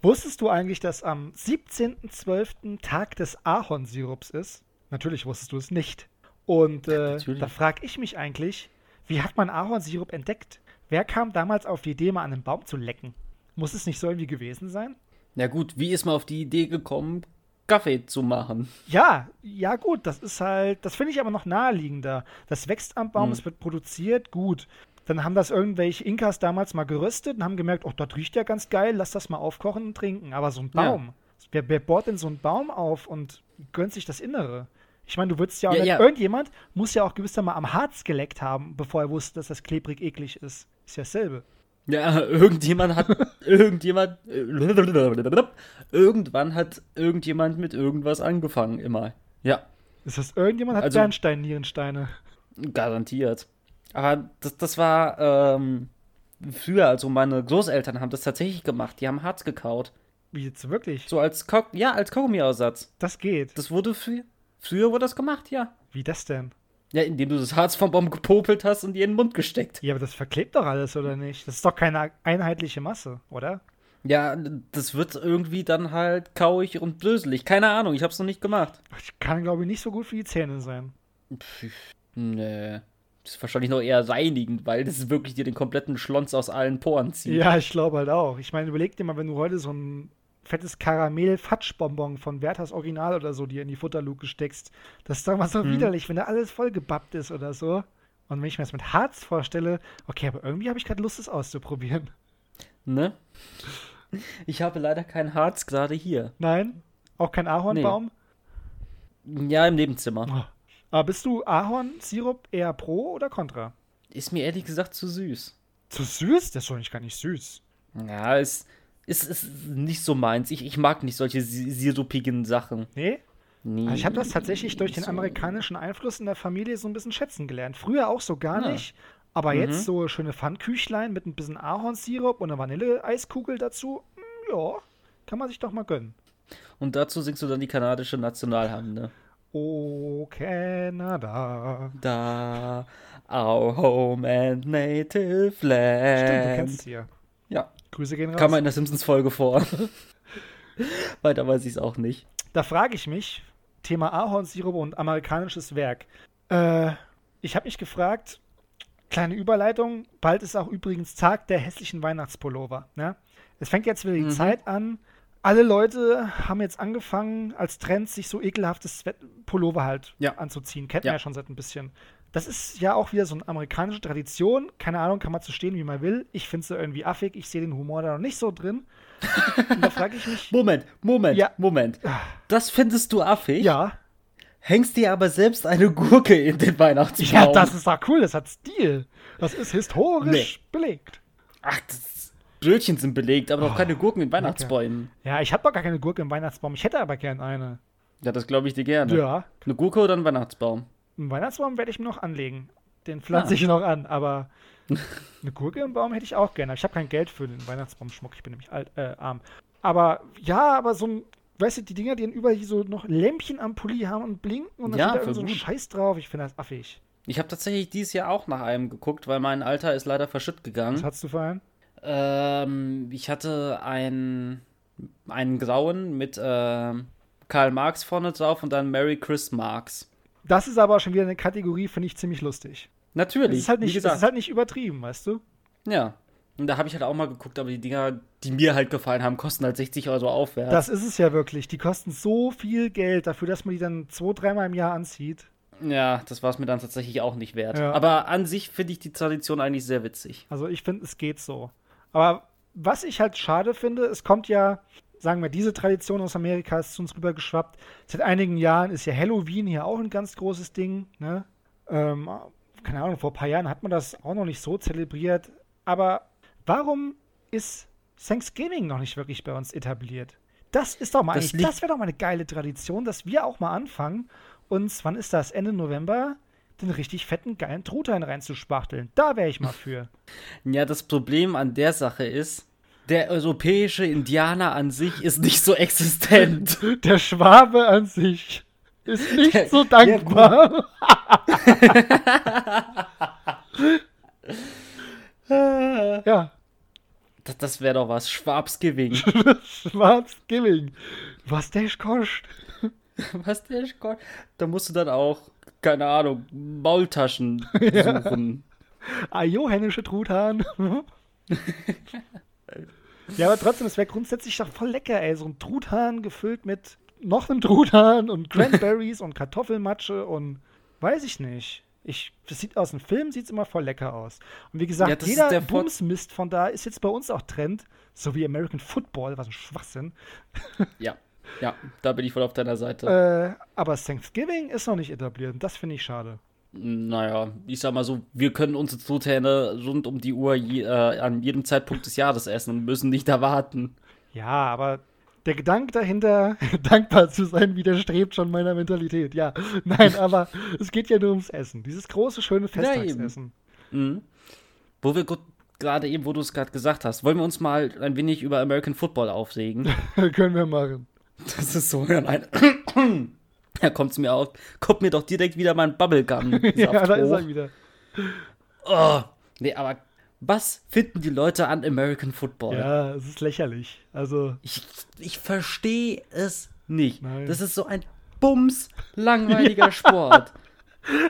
Speaker 1: Wusstest du eigentlich, dass am 17.12. Tag des Ahornsirups ist? Natürlich wusstest du es nicht. Und äh,
Speaker 2: natürlich.
Speaker 1: da frage ich mich eigentlich, wie hat man Ahornsirup entdeckt? Wer kam damals auf die Idee, mal an einem Baum zu lecken? Muss es nicht so irgendwie gewesen sein?
Speaker 2: Na gut, wie ist man auf die Idee gekommen, Kaffee zu machen?
Speaker 1: Ja, ja gut, das ist halt, das finde ich aber noch naheliegender. Das wächst am Baum,
Speaker 2: Hm.
Speaker 1: es wird produziert, gut. Dann haben das irgendwelche Inkas damals mal geröstet und haben gemerkt, oh, das riecht ja ganz geil, lass das mal aufkochen und trinken. Aber so ein
Speaker 2: Ja.
Speaker 1: Baum, wer, wer bohrt denn so einen Baum auf und gönnt sich das Innere? Ich meine, du würdest ja auch
Speaker 2: Ja,
Speaker 1: nicht,
Speaker 2: ja.
Speaker 1: irgendjemand muss ja auch gewisser mal am Harz geleckt haben, bevor er wusste, dass das klebrig eklig ist. Ist ja dasselbe.
Speaker 2: Ja, irgendjemand hat. irgendjemand. irgendwann hat irgendjemand mit irgendwas angefangen, immer. Ja,
Speaker 1: Ist das irgendjemand hat
Speaker 2: Also-
Speaker 1: Bernstein, Nierensteine.
Speaker 2: garantiert. Aber das, das war ähm, früher, also meine Großeltern haben das tatsächlich gemacht. Die haben Harz gekaut.
Speaker 1: Wie jetzt wirklich?
Speaker 2: So als Kaug ja, als Kaugummi-Ersatz.
Speaker 1: Das geht.
Speaker 2: Das wurde früher. Früher wurde das gemacht, ja.
Speaker 1: Wie das denn?
Speaker 2: Ja, indem du das Harz vom Baum gepopelt hast und ihr in den Mund gesteckt.
Speaker 1: Ja, aber das verklebt doch alles, oder nicht? Das ist doch keine einheitliche Masse, oder?
Speaker 2: Ja, das wird irgendwie dann halt kauig und blöselig. Keine Ahnung, ich hab's noch nicht gemacht.
Speaker 1: Ich kann, glaube ich, nicht so gut für die Zähne sein.
Speaker 2: Nee. Das ist wahrscheinlich noch eher reinigend, weil das wirklich dir den kompletten Schlons aus allen Poren zieht.
Speaker 1: Ja, ich glaube halt auch. Ich meine, überleg dir mal, wenn du heute so ein fettes Karamell-Fatschbonbon von Werthers Original oder so dir in die Futterluke steckst, das ist doch mal so widerlich, wenn da alles vollgebappt ist oder so. Und wenn ich mir das mit Harz vorstelle, okay, aber irgendwie habe ich gerade Lust, es auszuprobieren.
Speaker 2: Ne? Ich habe leider kein Harz gerade hier.
Speaker 1: Nein? Auch kein Ahornbaum?
Speaker 2: Ja, im Nebenzimmer.
Speaker 1: Oh, Aber bist du Ahornsirup eher pro oder contra?
Speaker 2: Ist mir ehrlich gesagt zu süß.
Speaker 1: Zu süß? Das ist doch nicht gar nicht süß.
Speaker 2: Ja, es ist, ist, nicht so meins. Ich, ich mag nicht solche si- sirupigen Sachen.
Speaker 1: Nee?
Speaker 2: Nee.
Speaker 1: Also ich habe das tatsächlich durch den
Speaker 2: Mhm. so-
Speaker 1: amerikanischen Einfluss in der Familie so ein bisschen schätzen gelernt. Früher auch so gar
Speaker 2: Ah.
Speaker 1: nicht. Aber jetzt so schöne Pfannküchlein mit ein bisschen Ahornsirup und einer Vanilleeiskugel dazu. Hm, Ja, kann man sich doch mal gönnen.
Speaker 2: Und dazu singst du dann die kanadische Nationalhymne.
Speaker 1: Oh, Canada.
Speaker 2: Da, our home and native
Speaker 1: Stimmt, du
Speaker 2: land.
Speaker 1: kennst sie ja.
Speaker 2: ja,
Speaker 1: Grüße gehen raus.
Speaker 2: kam mal in der Simpsons-Folge vor. Weiter weiß ich es auch nicht.
Speaker 1: Da frage ich mich, Thema Ahornsirup und amerikanisches Werk. Äh, ich habe mich gefragt, kleine Überleitung, bald ist auch übrigens Tag der hässlichen Weihnachtspullover. Ne? Es fängt jetzt wieder die
Speaker 2: Mhm.
Speaker 1: Zeit an. Alle Leute haben jetzt angefangen, als Trend sich so ekelhaftes Zwe- Pullover halt
Speaker 2: Ja.
Speaker 1: anzuziehen. Kennt
Speaker 2: Ja.
Speaker 1: man ja schon seit ein bisschen. Das ist ja auch wieder so eine amerikanische Tradition. Keine Ahnung, kann man zu stehen, wie man will. Ich finde es irgendwie affig. Ich sehe den Humor da noch nicht so drin. Und da frage ich mich,
Speaker 2: Moment, Moment,
Speaker 1: Ja.
Speaker 2: Moment. Das findest du affig,
Speaker 1: ja,
Speaker 2: hängst dir aber selbst eine Gurke in den Weihnachtsbaum.
Speaker 1: Ja, das ist doch cool, das hat Stil. Das ist historisch belegt.
Speaker 2: Ach, das Brötchen sind belegt,
Speaker 1: Oh,
Speaker 2: aber noch keine Gurken in Weihnachtsbäumen.
Speaker 1: Ja, ich habe doch gar keine Gurke im Weihnachtsbaum, ich hätte aber gern eine.
Speaker 2: Ja, das glaube ich dir gerne.
Speaker 1: Ja,
Speaker 2: Eine Gurke oder ein Weihnachtsbaum?
Speaker 1: einen Weihnachtsbaum werde ich mir noch anlegen. Den
Speaker 2: Ah.
Speaker 1: pflanze ich noch an, aber eine Gurke im Baum hätte ich auch gerne. Ich habe kein Geld für den Weihnachtsbaumschmuck, ich bin nämlich alt, äh, arm. Aber ja, aber so ein, weißt du, die Dinger, die dann überall hier so noch Lämpchen am Pulli haben und blinken und dann
Speaker 2: Ja,
Speaker 1: steht da
Speaker 2: voll
Speaker 1: irgend so ein
Speaker 2: gut. Hm?
Speaker 1: Scheiß drauf, ich finde das affig.
Speaker 2: Ich habe tatsächlich dieses Jahr auch nach einem geguckt, weil mein Alter ist leider verschütt
Speaker 1: Was
Speaker 2: gegangen.
Speaker 1: hat's zu feiern?
Speaker 2: Ähm, ich hatte einen, einen grauen mit ähm, Karl Marx vorne drauf und dann Merry Chris Marx.
Speaker 1: Das ist aber schon wieder eine Kategorie, finde ich ziemlich lustig.
Speaker 2: Natürlich.
Speaker 1: Es ist, halt
Speaker 2: wie
Speaker 1: nicht, es
Speaker 2: gesagt.
Speaker 1: ist halt nicht übertrieben, weißt du?
Speaker 2: Ja. Und da habe ich halt auch mal geguckt, aber die Dinger, die mir halt gefallen haben, kosten halt 60 Euro aufwärts.
Speaker 1: Das ist es ja wirklich. Die kosten so viel Geld dafür, dass man die dann zwei, dreimal im Jahr anzieht.
Speaker 2: ja, das war es mir dann tatsächlich auch nicht wert.
Speaker 1: Ja.
Speaker 2: Aber an sich finde ich die Tradition eigentlich sehr witzig.
Speaker 1: Also ich finde, es geht so. Aber was ich halt schade finde, es kommt ja, sagen wir, diese Tradition aus Amerika ist zu uns rübergeschwappt. Seit einigen Jahren ist ja Halloween hier auch ein ganz großes Ding. Ne? Ähm, keine Ahnung, vor ein paar Jahren hat man das auch noch nicht so zelebriert. Aber warum ist Thanksgiving noch nicht wirklich bei uns etabliert? Das ist doch mal,
Speaker 2: Das
Speaker 1: das,
Speaker 2: liegt-
Speaker 1: das wäre doch mal eine geile Tradition, dass wir auch mal anfangen, uns, wann ist das, Ende November, den richtig fetten, geilen Truthahn reinzuspachteln. Da wäre ich mal für.
Speaker 2: Ja, das Problem an der Sache ist, der europäische Indianer an sich ist nicht so existent.
Speaker 1: Der Schwabe an sich ist nicht
Speaker 2: Der-
Speaker 1: so
Speaker 2: der
Speaker 1: dankbar.
Speaker 2: das
Speaker 1: Ja,
Speaker 2: das wäre doch was. Schwabsgewing.
Speaker 1: Schwarzgilling. Was der kostet.
Speaker 2: was der Gott. Da musst du dann auch, keine Ahnung, Maultaschen suchen.
Speaker 1: Ah, johannische Truthahn. ja, aber trotzdem, es wäre grundsätzlich doch voll lecker, ey. So ein Truthahn gefüllt mit noch einem Truthahn und Cranberries und Kartoffelmatsche und weiß ich nicht. Ich, das sieht aus dem Film, sieht es immer voll lecker aus. Und wie gesagt,
Speaker 2: Ja, das ist
Speaker 1: jeder
Speaker 2: der Vor-
Speaker 1: Bumsmist von da ist jetzt bei uns auch Trend. So wie American Football, was ein Schwachsinn.
Speaker 2: Ja, ja, da bin ich voll auf deiner Seite.
Speaker 1: Äh, aber Thanksgiving ist noch nicht etabliert und das finde ich schade.
Speaker 2: Naja, ich sag mal so, wir können unsere Zutäne rund um die Uhr je, äh, an jedem Zeitpunkt des Jahres essen und müssen nicht erwarten.
Speaker 1: Ja, aber der Gedanke dahinter, dankbar zu sein, widerstrebt schon meiner Mentalität. Ja, nein, aber es geht ja nur ums Essen. Dieses große, schöne Festtagsessen.
Speaker 2: Mhm. Wo wir gut- gerade eben, wo du es gerade gesagt hast, wollen wir uns mal ein wenig über American Football aufregen.
Speaker 1: Können wir machen.
Speaker 2: Das ist so ein. Da kommt's mir auch, kommt mir doch direkt wieder mein Bubblegum.
Speaker 1: Ja, da ist er wieder.
Speaker 2: Oh, nee, aber was finden die Leute an American Football?
Speaker 1: Ja, es ist lächerlich. Also,
Speaker 2: Ich, ich verstehe es nicht.
Speaker 1: Nein.
Speaker 2: Das ist so ein bums langweiliger Sport.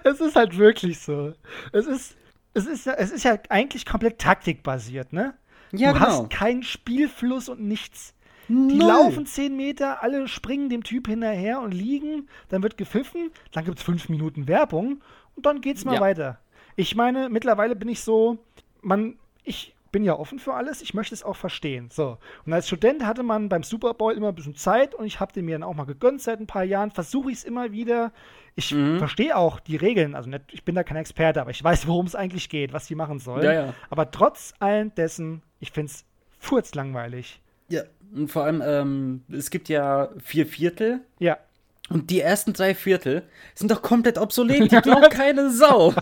Speaker 1: es ist halt wirklich so. Es ist, es ist, ja- es ist ja eigentlich komplett taktikbasiert, ne?
Speaker 2: Ja,
Speaker 1: du
Speaker 2: genau.
Speaker 1: hast keinen Spielfluss und nichts. Die
Speaker 2: Null.
Speaker 1: laufen 10 Meter, alle springen dem Typ hinterher und liegen, dann wird gepfiffen, dann gibt es 5 Minuten Werbung und dann geht's mal
Speaker 2: Ja.
Speaker 1: weiter. Ich meine, mittlerweile bin ich so, man, ich bin ja offen für alles, ich möchte es auch verstehen. So. Und als Student hatte man beim Super Bowl immer ein bisschen Zeit und ich habe den mir dann auch mal gegönnt seit ein paar Jahren, versuche ich es immer wieder. Ich
Speaker 2: Mhm.
Speaker 1: verstehe auch die Regeln, also nicht, ich bin da kein Experte, aber ich weiß, worum es eigentlich geht, was die machen sollen.
Speaker 2: Ja, ja.
Speaker 1: Aber trotz allen dessen, ich finde es furzlangweilig.
Speaker 2: Ja. Und vor allem, ähm, es gibt ja vier Viertel.
Speaker 1: Ja,
Speaker 2: Und die ersten drei Viertel sind doch komplett obsolet. Die glaubt keine Sau.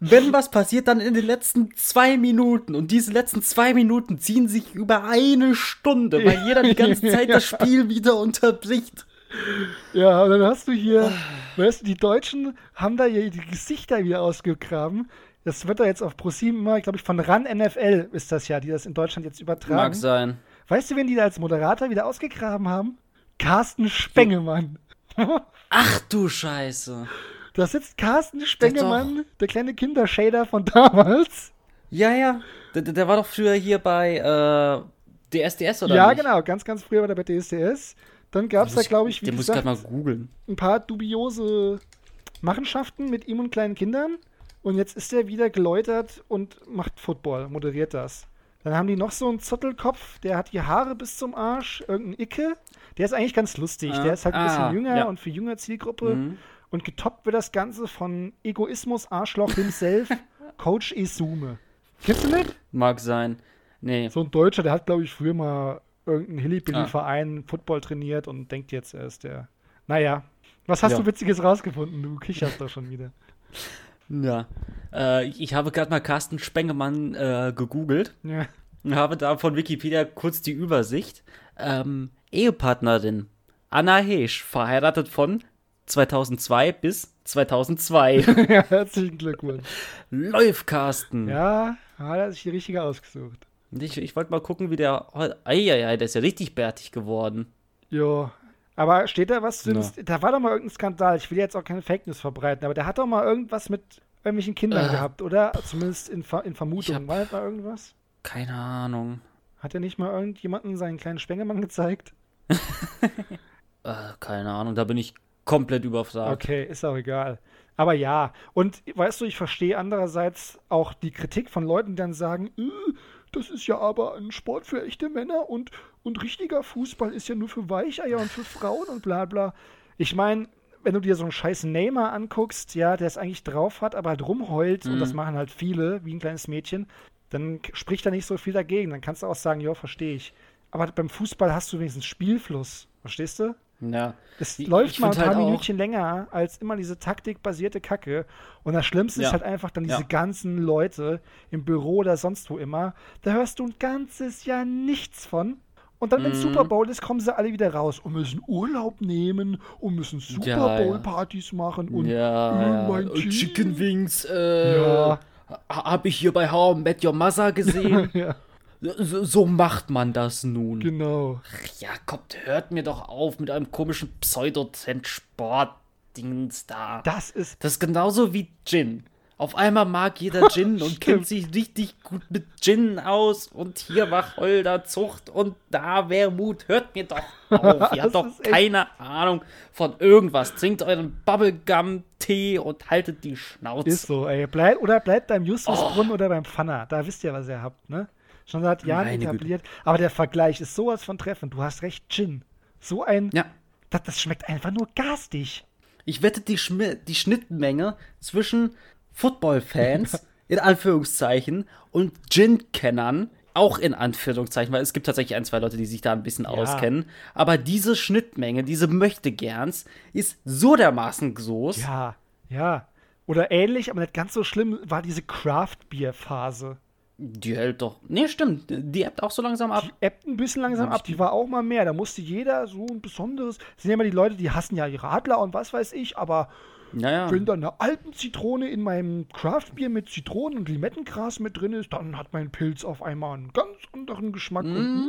Speaker 2: Wenn was passiert, dann in den letzten zwei Minuten. Und diese letzten zwei Minuten ziehen sich über eine Stunde, weil jeder die ganze Zeit das Spiel wieder unterbricht.
Speaker 1: Ja, und dann hast du hier, weißt du, die Deutschen haben da hier die Gesichter wieder ausgegraben. Das wird da jetzt auf ProSieben immer, glaube ich, von RAN NFL ist das ja, die das in Deutschland jetzt übertragen.
Speaker 2: sein.
Speaker 1: Weißt du, wen die da als Moderator wieder ausgegraben haben? Carsten Spengemann.
Speaker 2: Ach du Scheiße.
Speaker 1: Da sitzt Carsten Spengemann, der kleine Kindershader von damals.
Speaker 2: Ja, ja. Der, der- der war doch früher hier bei äh, DSDS oder
Speaker 1: ja,
Speaker 2: nicht?
Speaker 1: genau, ganz, ganz früher war der bei DSDS. Dann gab es da,
Speaker 2: Muss ich-
Speaker 1: glaube ich, wie
Speaker 2: Den muss ich
Speaker 1: gesagt,
Speaker 2: gerade mal googeln.
Speaker 1: ein paar dubiose Machenschaften mit ihm und kleinen Kindern. Und jetzt ist er wieder geläutert und macht Football, moderiert das. Dann haben die noch so einen Zottelkopf, der hat die Haare bis zum Arsch, irgendein Icke. Der ist eigentlich ganz lustig.
Speaker 2: Ah,
Speaker 1: Der ist halt ein
Speaker 2: ah,
Speaker 1: bisschen jünger
Speaker 2: ja.
Speaker 1: und für jünger Zielgruppe.
Speaker 2: Mhm.
Speaker 1: Und getoppt wird das Ganze von Egoismus, Arschloch himself, Coach Isume. Kennst du nicht?
Speaker 2: Mag sein. Nee.
Speaker 1: So ein Deutscher, der hat, glaube ich, früher mal irgendeinen
Speaker 2: Ah.
Speaker 1: Hillybilly-Verein Football trainiert und denkt jetzt, er ist der. Naja. Was hast
Speaker 2: Ja.
Speaker 1: du Witziges rausgefunden? Du kicherst doch schon wieder.
Speaker 2: Ja. Äh, ich- ich habe gerade mal Carsten Spengemann äh, gegoogelt
Speaker 1: Ja.
Speaker 2: und habe da von Wikipedia kurz die Übersicht. Ähm, Ehepartnerin Anna Heesch, verheiratet von 2002 bis 2002.
Speaker 1: ja, herzlichen Glückwunsch.
Speaker 2: Läuft Carsten.
Speaker 1: Ja, hat er sich die richtige ausgesucht.
Speaker 2: Ich, ich wollte mal gucken, wie der. Eieiei, der ist ja richtig bärtig geworden.
Speaker 1: Jo. Aber steht da was? zu dem- Da war doch mal irgendein Skandal. Ich will jetzt auch keine Fake News verbreiten, aber der hat doch mal irgendwas mit irgendwelchen Kindern
Speaker 2: Äh.
Speaker 1: gehabt, oder? Zumindest in, Ver in Vermutung.
Speaker 2: hab-
Speaker 1: War das mal irgendwas?
Speaker 2: Keine Ahnung.
Speaker 1: Hat er nicht mal irgendjemanden seinen kleinen Spengemann gezeigt?
Speaker 2: Äh, keine Ahnung, da bin ich komplett überfragt.
Speaker 1: Okay, ist auch egal. Aber ja, und weißt du, ich verstehe andererseits auch die Kritik von Leuten, die dann sagen, "Äh, das ist ja aber ein Sport für echte Männer und, und richtiger Fußball ist ja nur für Weicheier und für Frauen und bla bla. Ich meine, wenn du dir so einen scheiß Neymar anguckst, ja, der es eigentlich drauf hat, aber halt rumheult und
Speaker 2: Mhm.
Speaker 1: das machen halt viele, wie ein kleines Mädchen, dann k- spricht da nicht so viel dagegen. Dann kannst du auch sagen, ja, verstehe ich. Aber beim Fußball hast du wenigstens Spielfluss, verstehst du?
Speaker 2: Ja.
Speaker 1: Es
Speaker 2: Ich-
Speaker 1: läuft
Speaker 2: ich
Speaker 1: mal ein
Speaker 2: find
Speaker 1: paar
Speaker 2: halt auch-
Speaker 1: Minütchen länger als immer diese taktikbasierte Kacke. Und das Schlimmste ist
Speaker 2: Ja.
Speaker 1: halt einfach dann diese
Speaker 2: Ja.
Speaker 1: ganzen Leute im Büro oder sonst wo immer. Da hörst du ein ganzes Jahr nichts von. Und dann, wenn
Speaker 2: Mhm.
Speaker 1: Super Bowl ist, kommen sie alle wieder raus und müssen Urlaub nehmen und müssen Super
Speaker 2: Ja, ja.
Speaker 1: Bowl-Partys machen und
Speaker 2: ja,
Speaker 1: äh, mein
Speaker 2: ja.
Speaker 1: Team.
Speaker 2: Chicken Wings, äh,
Speaker 1: Ja.
Speaker 2: habe ich hier bei How I Met Your Mother gesehen.
Speaker 1: ja,
Speaker 2: so, so macht man das nun.
Speaker 1: genau.
Speaker 2: ja, kommt, hört mir doch auf mit einem komischen Pseudotrend-Sport-Dings da.
Speaker 1: Das ist.
Speaker 2: Das ist genauso wie Gin. Auf einmal mag jeder Gin und kennt sich richtig gut mit Gin aus und hier Wacholderzucht und da Wermut. Hört mir doch auf.
Speaker 1: Das
Speaker 2: Ihr habt doch
Speaker 1: ist echt-
Speaker 2: keine Ahnung von irgendwas. Trinkt euren Bubblegum-Tee und haltet die Schnauze.
Speaker 1: Ist so, ey. Bleib, oder bleibt beim
Speaker 2: Oh.
Speaker 1: Justusbrunnen oder beim Pfanner. Da wisst ihr, was ihr habt, ne? Schon seit Jahren
Speaker 2: Meine Güte.
Speaker 1: etabliert. Aber der Vergleich ist sowas von treffend. Du hast recht, Gin. So ein.
Speaker 2: Ja.
Speaker 1: Das, das schmeckt einfach nur garstig.
Speaker 2: Ich wette, die, Schmi die Schnittmenge zwischen Football-Fans, in Anführungszeichen, und Gin-Kennern, auch in Anführungszeichen, weil es gibt tatsächlich ein, zwei Leute, die sich da ein bisschen auskennen. Aber diese Schnittmenge, diese Möchtegerns, ist so dermaßen groß.
Speaker 1: Ja, ja. Oder ähnlich, aber nicht ganz so schlimm, war diese Craft-Bier-Phase.
Speaker 2: Die hält doch. Nee, stimmt. Die ebbt auch so langsam ab.
Speaker 1: Die ebbt ein bisschen langsam
Speaker 2: Hab ich
Speaker 1: ab. Die war auch mal mehr. Da musste jeder so ein besonderes. Das sind ja immer die Leute, die hassen ja ihre Radler und was weiß ich, aber
Speaker 2: Naja.
Speaker 1: wenn da eine Alpenzitrone in meinem Craft-Bier mit Zitronen- und Limettengras mit drin ist, dann hat mein Pilz auf einmal einen ganz anderen Geschmack. Und,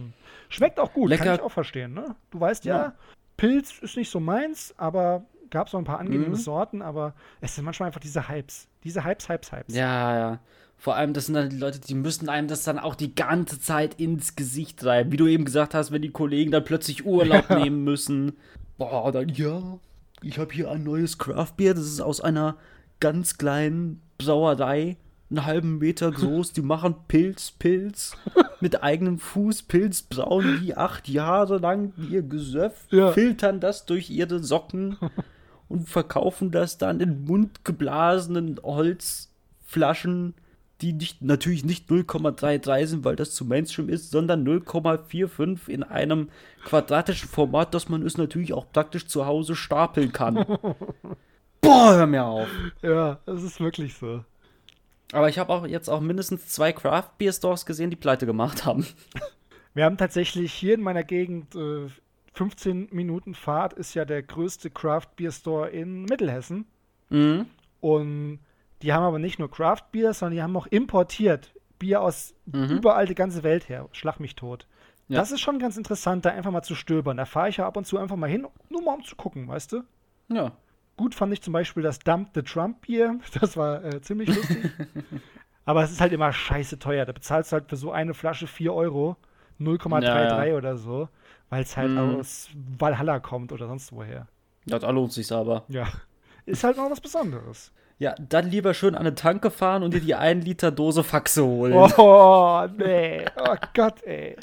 Speaker 1: mm, schmeckt auch gut, kann
Speaker 2: Mhm. Lecker.
Speaker 1: ich auch verstehen. Ne? Du weißt ja,
Speaker 2: Ja.
Speaker 1: Pilz ist nicht so meins, aber gab es auch ein paar angenehme
Speaker 2: Mhm.
Speaker 1: Sorten, aber es sind manchmal einfach diese Hypes. Diese Hypes, Hypes, Hypes.
Speaker 2: Ja, ja. Vor allem, das sind dann die Leute, die müssen einem das dann auch die ganze Zeit ins Gesicht reiben. Wie du eben gesagt hast, wenn die Kollegen dann plötzlich Urlaub nehmen müssen. Boah, dann, ja, ich habe hier ein neues Craft Beer. Das ist aus einer ganz kleinen Brauerei einen halben Meter groß, die machen Pilz, Pilz, mit eigenem Fuß, Pilz brauen die acht Jahre lang ihr Gesöff,
Speaker 1: Ja.
Speaker 2: filtern das durch ihre Socken und verkaufen das dann in mundgeblasenen Holzflaschen, die nicht, natürlich nicht 0,33 sind, weil das zu Mainstream ist, sondern 0,45 in einem quadratischen Format, dass man es natürlich auch praktisch zu Hause stapeln kann. Boah, hör mir auf.
Speaker 1: Ja, das ist wirklich so.
Speaker 2: Aber ich habe auch jetzt auch mindestens zwei Craft Beer Stores gesehen, die pleite gemacht haben.
Speaker 1: Wir haben tatsächlich hier in meiner Gegend äh, 15 Minuten Fahrt ist ja der größte Craft Beer Store in Mittelhessen.
Speaker 2: Mhm.
Speaker 1: Und die haben aber nicht nur Craft Beer, sondern die haben auch importiert Bier aus überall die ganze Welt her. Schlag mich tot.
Speaker 2: Mhm. Ja.
Speaker 1: Das ist schon ganz interessant, da einfach mal zu stöbern. Da fahre ich ja ab und zu einfach mal hin, nur mal um zu gucken, weißt du?
Speaker 2: Ja.
Speaker 1: Gut fand ich zum Beispiel das Dump the Trump Bier. Das war äh, ziemlich lustig. Aber es ist halt immer scheiße teuer. Da bezahlst du halt für so eine Flasche 4 Euro, 0,33
Speaker 2: Ja, ja.
Speaker 1: oder so, weil es halt
Speaker 2: Mhm.
Speaker 1: aus Valhalla kommt oder sonst woher.
Speaker 2: Ja, da lohnt sich's aber.
Speaker 1: Ja. Ist halt noch was Besonderes.
Speaker 2: Ja, dann lieber schön an eine Tanke fahren und dir die 1 Liter Dose Faxe holen. Oh,
Speaker 1: Oh, nee. Oh Gott, ey.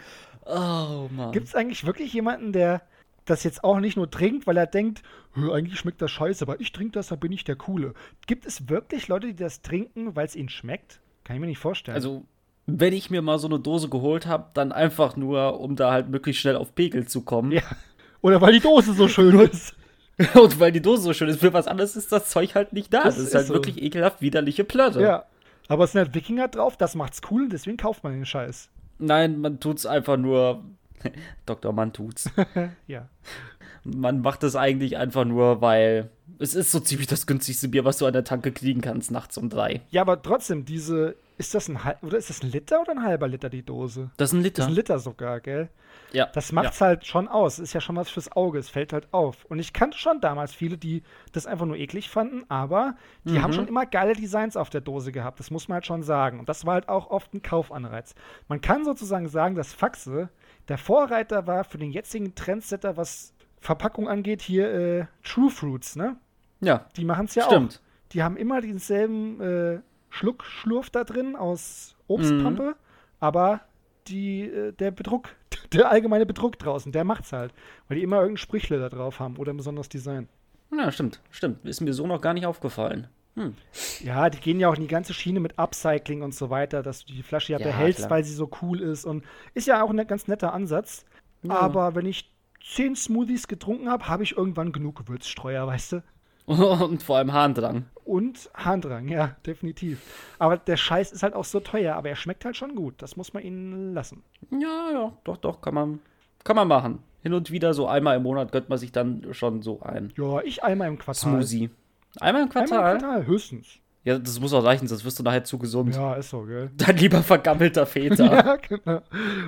Speaker 2: Oh, Mann.
Speaker 1: Gibt es eigentlich wirklich jemanden, der das jetzt auch nicht nur trinkt, weil er denkt, "Hö, eigentlich schmeckt das scheiße, aber ich trinke das, dann bin ich der Coole. Gibt es wirklich Leute, die das trinken, weil es ihnen schmeckt? Kann ich mir nicht vorstellen.
Speaker 2: Also, wenn ich mir mal so eine Dose geholt habe, dann einfach nur, um da halt möglichst schnell auf Pegel zu kommen.
Speaker 1: Ja. Oder weil die Dose so schön ist.
Speaker 2: Und weil die Dose so schön ist, für was anderes ist das Zeug halt nicht da.
Speaker 1: Das
Speaker 2: Das, ist,
Speaker 1: ist
Speaker 2: halt
Speaker 1: so.
Speaker 2: wirklich ekelhaft widerliche Platte.
Speaker 1: Ja. Aber es sind halt Wikinger drauf, das macht's cool und deswegen kauft man den Scheiß.
Speaker 2: Nein, man tut's einfach nur. Dr. Mann tut's.
Speaker 1: Ja.
Speaker 2: Man macht es eigentlich einfach nur, weil es ist so ziemlich das günstigste Bier, was du an der Tanke kriegen kannst, nachts um drei.
Speaker 1: Ja, aber trotzdem, diese. Ist das ein halb, oder ist das ein Liter oder ein halber Liter die Dose?
Speaker 2: Das ist ein Liter.
Speaker 1: Das ist ein Liter sogar, gell?
Speaker 2: ja.
Speaker 1: Das macht's halt schon aus. Ist ja schon was fürs Auge. Es fällt halt auf. Und ich kannte schon damals viele, die das einfach nur eklig fanden, aber die
Speaker 2: Mhm.
Speaker 1: haben schon immer geile Designs auf der Dose gehabt. Das muss man halt schon sagen. Und das war halt auch oft ein Kaufanreiz. Man kann sozusagen sagen, dass Faxe der Vorreiter war für den jetzigen Trendsetter, was Verpackung angeht, hier äh, True Fruits, ne?
Speaker 2: Ja.
Speaker 1: Die machen es ja
Speaker 2: Stimmt.
Speaker 1: auch. Die haben immer denselben äh, Schluckschlurf da drin aus
Speaker 2: Mhm.
Speaker 1: Obstpampe, aber die, äh, der Bedruck, der allgemeine Bedruck draußen, der macht's halt. Weil die immer irgendein Sprichle da drauf haben oder ein besonderes Design.
Speaker 2: ja. Ja, stimmt. Stimmt. Ist mir so noch gar nicht aufgefallen. Hm.
Speaker 1: Ja, die gehen ja auch in die ganze Schiene mit Upcycling und so weiter, dass du die Flasche ja,
Speaker 2: Ja,
Speaker 1: behältst,
Speaker 2: klar.
Speaker 1: weil sie so cool ist. Und ist ja auch ein ganz netter Ansatz.
Speaker 2: Ja.
Speaker 1: Aber wenn ich zehn Smoothies getrunken habe, habe ich irgendwann genug Gewürzstreuer, weißt du?
Speaker 2: Und vor allem Harndrang.
Speaker 1: Und Harndrang, ja, definitiv. Aber der Scheiß ist halt auch so teuer, aber er schmeckt halt schon gut. Das muss man ihnen lassen.
Speaker 2: Ja, ja, doch, doch, kann man, kann man machen. Hin und wieder, so einmal im Monat, gönnt man sich dann schon so ein
Speaker 1: Ja, ich einmal im Quartal.
Speaker 2: Smoothie. Einmal im Quartal?
Speaker 1: Einmal im Quartal, höchstens.
Speaker 2: Ja, das muss auch reichen, sonst wirst du nachher zu gesund.
Speaker 1: Ja, ist so, gell?
Speaker 2: Dann lieber vergammelter Väter.
Speaker 1: Ja, genau.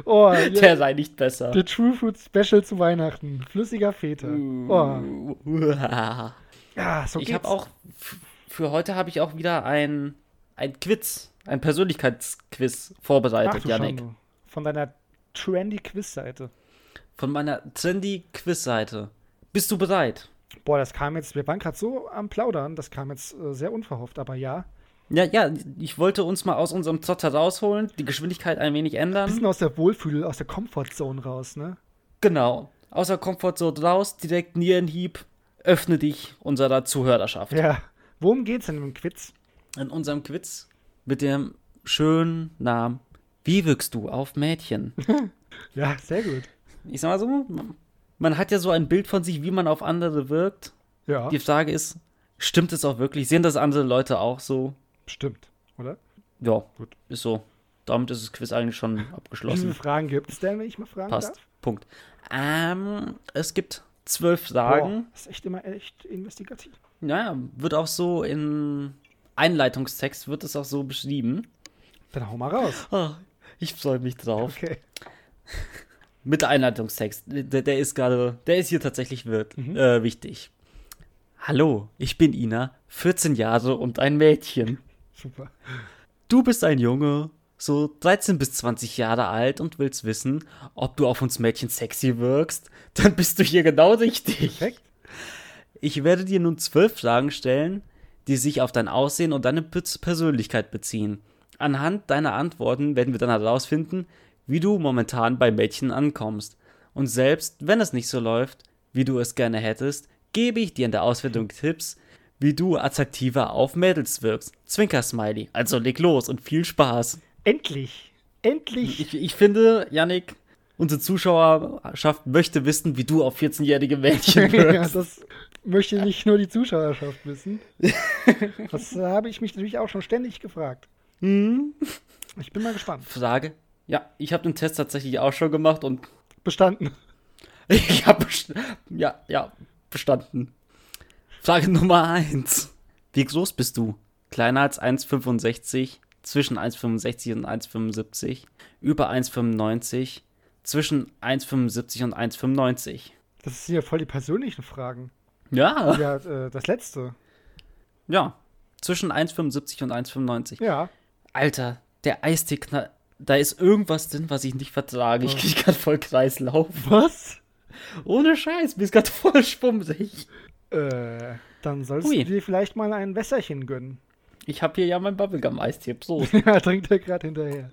Speaker 1: Oh, ja,
Speaker 2: Der sei nicht besser.
Speaker 1: der True Food Special zu Weihnachten. Flüssiger Feta. Oh.
Speaker 2: Uah.
Speaker 1: Ja, so
Speaker 2: Uh. Ich
Speaker 1: geht's.
Speaker 2: habe auch, f- für heute habe ich auch wieder ein, ein Quiz, ein Persönlichkeitsquiz
Speaker 1: Ach,
Speaker 2: vorbereitet,
Speaker 1: du
Speaker 2: Janik.
Speaker 1: Schande. Von deiner trendy Quiz-Seite.
Speaker 2: Von meiner trendy Quiz-Seite. Bist du bereit?
Speaker 1: Boah, das kam jetzt, wir waren gerade so am Plaudern, das kam jetzt äh, sehr unverhofft, aber ja.
Speaker 2: Ja, ja, ich wollte uns mal aus unserem Zotter rausholen, die Geschwindigkeit ein wenig ändern.
Speaker 1: Bisschen aus der Wohlfühl, aus der Comfortzone raus, ne?
Speaker 2: Genau. Außer Komfortzone raus, direkt Nierenhieb, öffne dich unserer Zuhörerschaft.
Speaker 1: Ja. Worum geht's in dem Quiz?
Speaker 2: In unserem Quiz mit dem schönen Namen Wie wirkst du auf Mädchen?
Speaker 1: Ja, sehr gut.
Speaker 2: Ich sag mal so, man hat ja so ein Bild von sich, wie man auf andere wirkt.
Speaker 1: Ja,
Speaker 2: Die Frage ist, stimmt es auch wirklich? Sehen das andere Leute auch so?
Speaker 1: stimmt, oder?
Speaker 2: Ja,
Speaker 1: Gut.
Speaker 2: ist so. Damit ist das Quiz eigentlich schon
Speaker 1: Wie viele
Speaker 2: abgeschlossen.
Speaker 1: Fragen gibt's denn, wenn ich mal fragen
Speaker 2: Passt.
Speaker 1: darf?
Speaker 2: Punkt. Ähm, es gibt zwölf
Speaker 1: Boah,
Speaker 2: Fragen.
Speaker 1: das ist echt immer echt investigativ.
Speaker 2: Naja, wird auch so in Einleitungstext wird es auch so beschrieben.
Speaker 1: Dann hau mal raus.
Speaker 2: Ah, ich freue mich drauf.
Speaker 1: Okay.
Speaker 2: Mit Einleitungstext. Der, der ist gerade, der ist hier tatsächlich wird, äh, wichtig. Hallo, ich bin Ina, 14 Jahre und ein Mädchen.
Speaker 1: Super.
Speaker 2: Du bist ein Junge, so 13 bis 20 Jahre alt und willst wissen, ob du auf uns Mädchen sexy wirkst, dann bist du hier genau richtig.
Speaker 1: Perfekt.
Speaker 2: Ich werde dir nun zwölf Fragen stellen, die sich auf dein Aussehen und deine Pers- Persönlichkeit beziehen. Anhand deiner Antworten werden wir dann herausfinden, wie du momentan bei Mädchen ankommst. Und selbst wenn es nicht so läuft, wie du es gerne hättest, gebe ich dir in der Auswertung Tipps, wie du attraktiver auf Mädels wirkst. Zwinker-Smiley. Also leg los und viel Spaß.
Speaker 1: Endlich. Endlich.
Speaker 2: Ich, ich finde, Yannick, unsere Zuschauerschaft möchte wissen, wie du auf 14-jährige Mädchen
Speaker 1: ja,
Speaker 2: wirkst.
Speaker 1: das möchte nicht nur die Zuschauerschaft wissen. Das habe ich mich natürlich auch schon ständig gefragt.
Speaker 2: hm?
Speaker 1: Ich bin mal gespannt.
Speaker 2: Frage. Ja, ich habe den Test tatsächlich auch schon gemacht und
Speaker 1: Bestanden.
Speaker 2: ich habe best ja, ja, bestanden. Frage Nummer 1. Wie groß bist du? Kleiner als 1,65, zwischen 1,65 und 1,75, über 1,95, zwischen 1,75 und 1,95.
Speaker 1: Das sind ja voll die persönlichen Fragen.
Speaker 2: Ja, ja,
Speaker 1: Ja, äh, das letzte.
Speaker 2: zwischen 1,75 und 1,95.
Speaker 1: Ja.
Speaker 2: Alter, der Eistee-Knall, da ist irgendwas drin, was ich nicht vertrage. Ich krieg grad voll Kreislauf.
Speaker 1: Was?
Speaker 2: Ohne Scheiß, mir ist grad voll schwummrig.
Speaker 1: Äh, dann sollst
Speaker 2: Hui.
Speaker 1: du dir vielleicht mal ein Wässerchen gönnen.
Speaker 2: Ich hab hier ja mein Bubblegum-Eistee. So.
Speaker 1: ja, trinkt er gerade hinterher.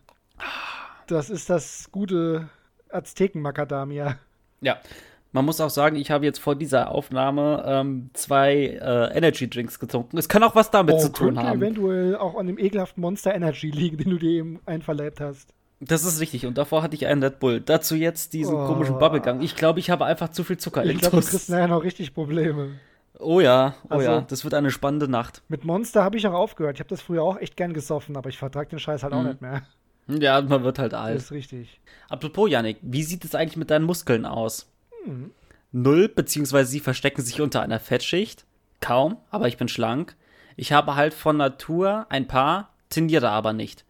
Speaker 1: Das ist das gute Azteken-Macadamia.
Speaker 2: Ja. Man muss auch sagen, ich habe jetzt vor dieser Aufnahme ähm, zwei äh, Energy Drinks getrunken. Es kann auch was damit zu
Speaker 1: Oh,
Speaker 2: tun
Speaker 1: könnte
Speaker 2: haben.
Speaker 1: eventuell auch an dem ekelhaften Monster Energy liegen, den du dir eben einverleibt hast.
Speaker 2: Das ist richtig. Und davor hatte ich einen Red Bull. Dazu jetzt diesen
Speaker 1: Oh.
Speaker 2: komischen Bubblegum. Ich glaube, ich habe einfach zu viel Zucker.
Speaker 1: Ich glaube, du kriegst nachher noch richtig Probleme.
Speaker 2: oh ja, oh
Speaker 1: Also-
Speaker 2: ja. Das wird eine spannende Nacht.
Speaker 1: Mit Monster habe ich auch aufgehört. Ich habe das früher auch echt gern gesoffen, aber ich vertrage den Scheiß halt
Speaker 2: Mhm.
Speaker 1: auch nicht mehr.
Speaker 2: Ja, man wird halt alt.
Speaker 1: Das ist richtig.
Speaker 2: Apropos, Janik, wie sieht es eigentlich mit deinen Muskeln aus? Null, beziehungsweise sie verstecken sich unter einer Fettschicht. Kaum, aber ich bin schlank. Ich habe halt von Natur ein paar, tendiere aber nicht.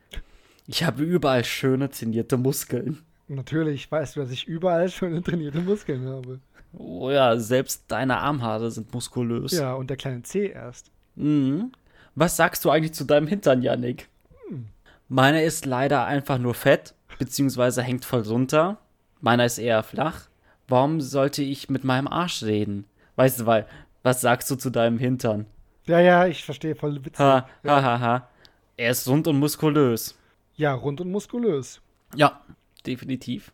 Speaker 2: Ich habe überall schöne tendierte Muskeln.
Speaker 1: Natürlich weißt du, dass ich überall schöne trainierte Muskeln habe.
Speaker 2: Oh ja, selbst deine Armhaare sind muskulös.
Speaker 1: Ja, und der kleine C erst.
Speaker 2: Mhm. Was sagst du eigentlich zu deinem Hintern, Janik? Hm. Meiner ist leider einfach nur fett, beziehungsweise hängt voll runter. Meiner ist eher flach. Warum sollte ich mit meinem Arsch reden? Weißt du, weil, was sagst du zu deinem Hintern?
Speaker 1: Ja, ja, ich verstehe voll Witze.
Speaker 2: Ha, ha, ha, ha. Er ist rund und muskulös.
Speaker 1: Ja, rund und muskulös.
Speaker 2: Ja, definitiv.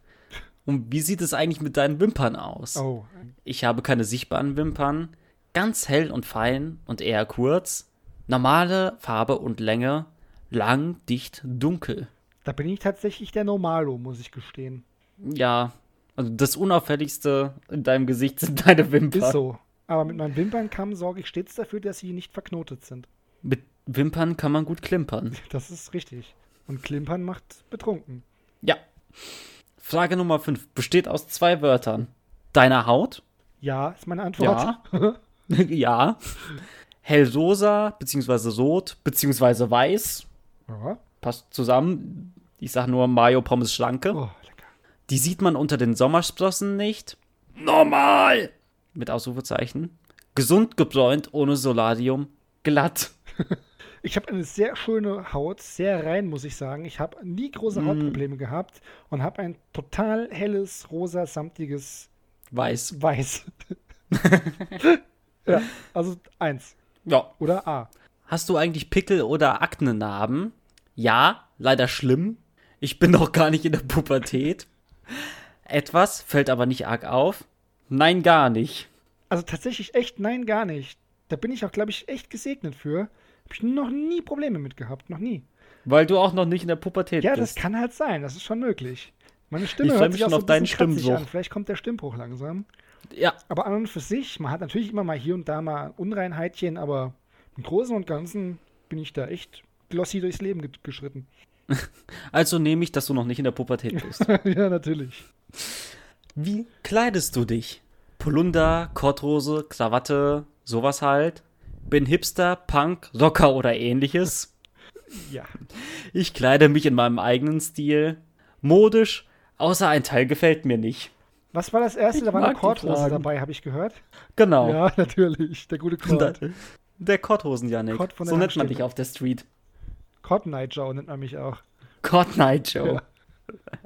Speaker 2: Und wie sieht es eigentlich mit deinen Wimpern aus?
Speaker 1: Oh,
Speaker 2: Ich habe keine sichtbaren Wimpern, ganz hell und fein und eher kurz, normale Farbe und Länge, lang, dicht, dunkel.
Speaker 1: da bin ich tatsächlich der Normalo, muss ich gestehen.
Speaker 2: Ja, also das Unauffälligste in deinem Gesicht sind deine Wimpern.
Speaker 1: Ist so. Aber mit meinen Wimpernkamm sorge ich stets dafür, dass sie nicht verknotet sind.
Speaker 2: Mit Wimpern kann man gut klimpern.
Speaker 1: Das ist richtig. Und Klimpern macht betrunken.
Speaker 2: Ja. Frage Nummer 5 besteht aus zwei Wörtern. Deiner Haut?
Speaker 1: Ja, ist meine Antwort.
Speaker 2: ja. Hellrosa, beziehungsweise rot, beziehungsweise weiß.
Speaker 1: ja.
Speaker 2: Passt zusammen. Ich sag nur Mayo Pommes Schlanke.
Speaker 1: Oh, lecker.
Speaker 2: Die sieht man unter den Sommersprossen nicht. Normal! Mit Ausrufezeichen. Gesund gebräunt, ohne Solarium. Glatt.
Speaker 1: Ich habe eine sehr schöne Haut, sehr rein, muss ich sagen. Ich habe nie große Hautprobleme gehabt und habe ein total helles, rosa, samtiges
Speaker 2: Weiß.
Speaker 1: Weiß. ja, also eins
Speaker 2: Ja.
Speaker 1: oder A.
Speaker 2: Hast du eigentlich Pickel oder Aknenarben? Ja, leider schlimm. Ich bin noch gar nicht in der Pubertät. Etwas fällt aber nicht arg auf. Nein, gar nicht.
Speaker 1: Also tatsächlich echt, nein, gar nicht. Da bin ich auch, glaube ich, echt gesegnet für. Habe ich noch nie Probleme mit gehabt, noch nie.
Speaker 2: Weil du auch noch nicht in der Pubertät
Speaker 1: Ja, das
Speaker 2: bist.
Speaker 1: kann halt sein, das ist schon möglich. Meine Stimme
Speaker 2: freu
Speaker 1: hört
Speaker 2: mich
Speaker 1: sich auch
Speaker 2: schon
Speaker 1: so
Speaker 2: auf
Speaker 1: ein
Speaker 2: deinen
Speaker 1: bisschen kratzig
Speaker 2: Stimmbruch.
Speaker 1: an. Vielleicht kommt der Stimmbruch langsam.
Speaker 2: Ja,
Speaker 1: Aber an und für sich, man hat natürlich immer mal hier und da mal Unreinheitchen, aber im Großen und Ganzen bin ich da echt glossy durchs Leben ge geschritten.
Speaker 2: also nehme ich, dass du noch nicht in der Pubertät bist.
Speaker 1: ja, natürlich.
Speaker 2: Wie kleidest du dich? Polunder, Kortrose, Krawatte, sowas halt. Bin Hipster, Punk, Rocker oder ähnliches.
Speaker 1: Ja.
Speaker 2: Ich kleide mich in meinem eigenen Stil. Modisch, außer ein Teil gefällt mir nicht.
Speaker 1: Was war das erste?
Speaker 2: Ich
Speaker 1: da war eine
Speaker 2: mag die
Speaker 1: Korthose
Speaker 2: Fragen.
Speaker 1: dabei, habe ich gehört.
Speaker 2: Genau.
Speaker 1: Ja, natürlich. Der gute Kort.
Speaker 2: Der Korthosen, Janik.
Speaker 1: Kort von der
Speaker 2: so nennt man
Speaker 1: Tankstelle.
Speaker 2: dich auf der Street.
Speaker 1: Kort Nigel nennt man mich auch.
Speaker 2: Kort Night Show.
Speaker 1: Ja.